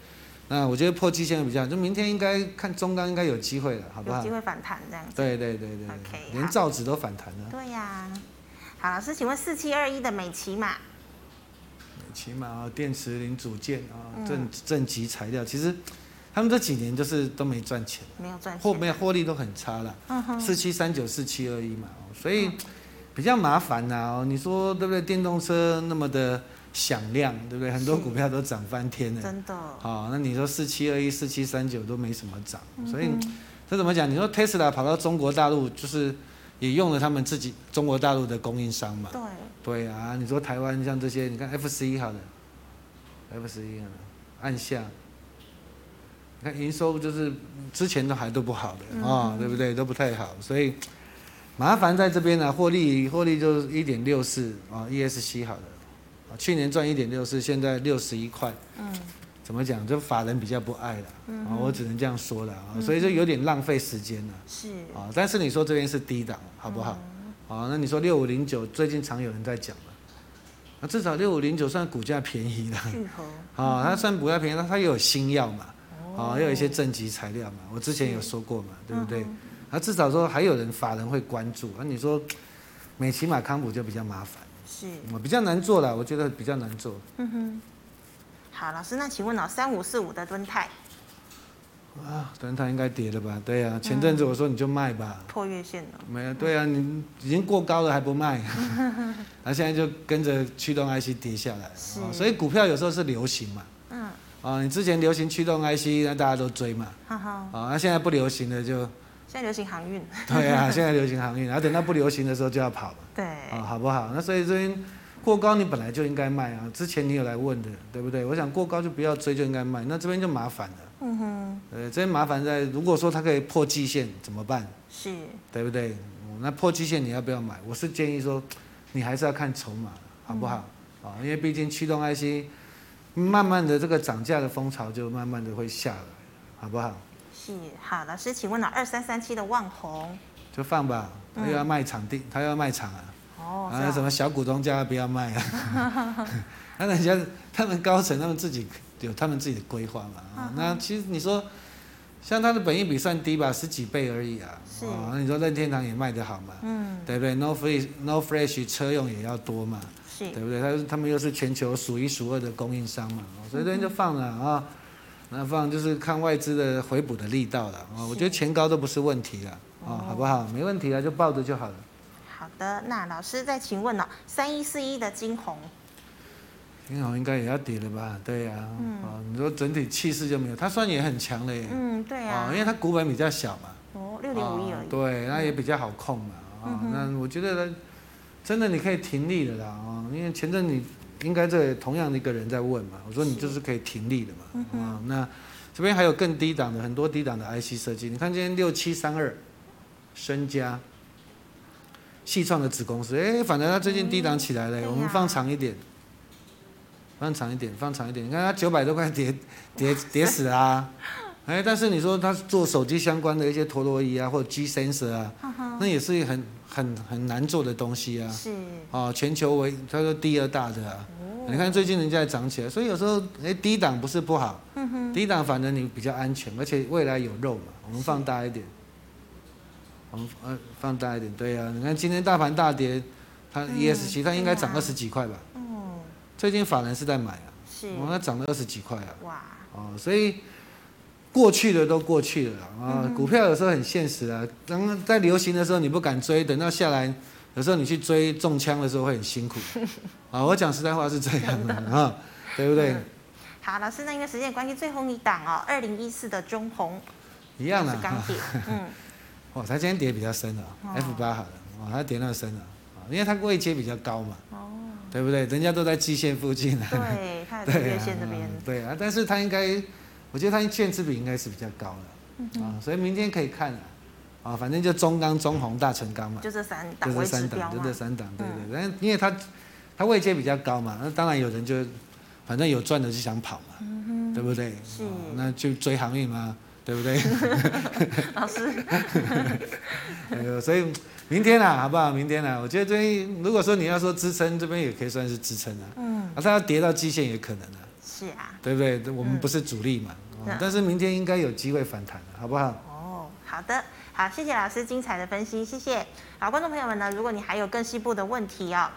那我觉得破季线会比较好，就明天应该看中钢应该有机会了，好不
有
好
机？会反弹这样。
对对对对
OK，
对，连
好
造纸都反弹了。
对呀、好，老师，请问四七二一的美骑马，
起码啊，电池零组件啊
嗯，
正正极材料，其实他们这几年就是都没赚钱，
没有赚
或
钱，
没有获利都很差了，
嗯哼，
四七三九、四七二一嘛，哦所以比较麻烦呐、哦你说对不对？电动车那么的响亮，对不对？很多
是
股票都涨翻天了。
真的，
好、那你说四七二一、四七三九都没什么涨，所以
嗯
这怎么讲？你说 Tesla 跑到中国大陆，就是也用了他们自己中国大陆的供应商嘛。
对，
对啊，你说台湾像这些，你看 F 十一好了，F 十一好了，按下，你看营收就是之前都还都不好的
嗯
啊、对不对？都不太好，所以麻烦在这边呢、获利获利就是一点六四啊，ESC 好了，啊，去年赚一点六四，现在六十一块，
嗯，
怎么讲？就法人比较不爱了
嗯
啊、我只能这样说了啊，所以就有点浪费时间了
是，
啊、但是你说这边是低档，好不好？
哦
啊，那你说六五零九最近常有人在讲嘛？那至少六五零九算股价便宜的
聚合，
啊，它算股价便宜，那它也有新药嘛，
哦
啊，也有一些正极材料嘛，我之前有说过嘛，对不对
嗯？
那至少说还有人法人会关注，那你说美骑马康普就比较麻烦，
是，
我比较难做了，我觉得比较难做。
嗯哼。好，老师，那请问哦，三五四五的敦泰
啊，等它应该跌了吧？对啊，前
嗯
阵子我说你就卖吧，
破月线了，
没有，对啊，你已经过高了还不卖， 那现在就跟着驱动 IC 跌下来了
是
哦所以股票有时候是流行嘛，
嗯，
啊、你之前流行驱动 IC，那大家都追嘛，
哈哈，
啊、那现在不流行的就，
现在流行航运，
对啊，现在流行航运，然后等到不流行的时候就要跑嘛，
对
啊、，好不好？那所以这边过高你本来就应该卖啊，之前你有来问的，对不对？我想过高就不要追，就应该卖，那这边就麻烦了，
嗯哼，
呃，这边麻烦在如果说它可以破季线怎么办？
是，
对不对？嗯那破基线你要不要买？我是建议说，你还是要看筹码，好不好？啊、因为毕竟驱动 IC 慢慢的这个涨价的风潮就慢慢的会下来，好不好？
是，好，老师，请问哦，二三三七的万红，
就放吧，他
嗯
又要卖场地，他又要卖场啊，
哦，
啊，
这
什
样
么小股东叫他不要卖啊， 那人家他们高层他们自己有他们自己的规划嘛，
嗯
啊，那其实你说。像它的本益比算低吧，十几倍而已啊。
是
哦那你说任天堂也卖得好嘛？
嗯，
对不对？No Flash No Flash 车用也要多嘛，
是，嗯
对不对？他他们又是全球数一数二的供应商嘛，哦所以这边就放了啊、那不然就是看外资的回补的力道了啊。我觉得前高都不是问题了
哦
啊，好不好？没问题啊，就抱着就好了。
好的，那老师再请问哦，三一四一的金红，
银行应该也要跌了吧？对呀、啊，哦你说整体气势就没有，它虽然也很强了耶，
嗯，对
哦
啊
因，为它股本比较小嘛，
哦，六点五亿而
哦
已，嗯
对，那也比较好控嘛。啊、那我觉得呢真的你可以停利的啦啊、哦因为前阵你应该这也同样的一个人在问嘛，我说你就是可以停利的
嗯
嘛啊、那这边还有更低档的很多低档的 IC 设计，你看今天六七三二，身家。细创的子公司，哎、反正它最近低档起来了、
嗯对
我们
呀
放长一点，放长一点，放长一点。你看它九百多块跌跌跌死啦、哎、但是你说他做手机相关的一些陀螺仪啊，或者 G sensor 啊，
嗯
那也是很很很难做的东西啊。
是，
哦，全球为他说第二大的啊，
哦
你看最近人家也涨起来，所以有时候哎、低档不是不好，
嗯
低档反正你比较安全，而且未来有肉嘛，我们放大一点，我们呃放大一点，对啊，你看今天大盘大跌，它
嗯
ES 七、它应该涨
对
二
啊
十几块吧，
嗯，
最近法人是在买啊，
是，
我们涨了二十几块啊。
哇，
哦，所以过去的都过去了啦
嗯
啊、股票有时候很现实啊，然后在流行的时候你不敢追，等到下来，有时候你去追中枪的时候会 很辛苦啊、我讲实在话是这样的啊，
嗯
对不对？
好，老师，那因为时间关系，最后一档哦，二零一四的中红，
一样的
是钢
啊。哦
铁，嗯，
哇，它今天跌比较深了、
哦
f 八好了，哇，它跌那么深了、啊，因为它位阶比较高嘛，
哦
对不对？人家都在季线附近啊，
对，它的
对啊
月线这边，
嗯对啊，但是它应该，我觉得它券资比应该是比较高的啊，所以明天可以看啊，啊，反正就中钢、中红、大成钢嘛，
就这三
就
档
这
为指
三
标
档，就
嘛嗯
这，三档，对对。但因为它它位阶比较高嘛，那当然有人就反正有赚的就想跑嘛，对不对？
嗯是
啊那就追航运嘛，对不对？
老师，
哎呦，所以明天啊，好不好？明天啊，我觉得这边如果说你要说支撑，这边也可以算是支撑啊，
嗯，
啊，它要跌到基线也可能啊。
是啊，
对不对？我们不是主力嘛，哦
嗯
但是明天应该有机会反弹啊了，好不好？
哦，好的，好，谢谢老师精彩的分析，谢谢。好，观众朋友们呢，如果你还有更细部的问题哦。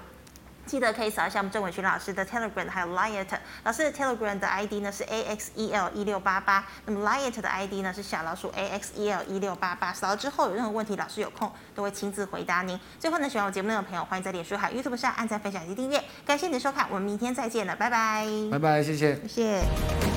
记得可以扫一下我们郑伟群老师的 Telegram 还有 Liet，老师的 Telegram 的 ID 呢是 AXEL 一六八八，那么 Liet 的 ID 呢是小老鼠 AXEL 一六八八。扫到之后有任何问题，老师有空都会亲自回答您。最后呢，喜欢我节目内容的朋友，欢迎在脸书还有嗯 YouTube 上按赞、分享以及订阅。感谢你的收看，我们明天再见了，拜拜。
拜拜，谢谢。
谢谢。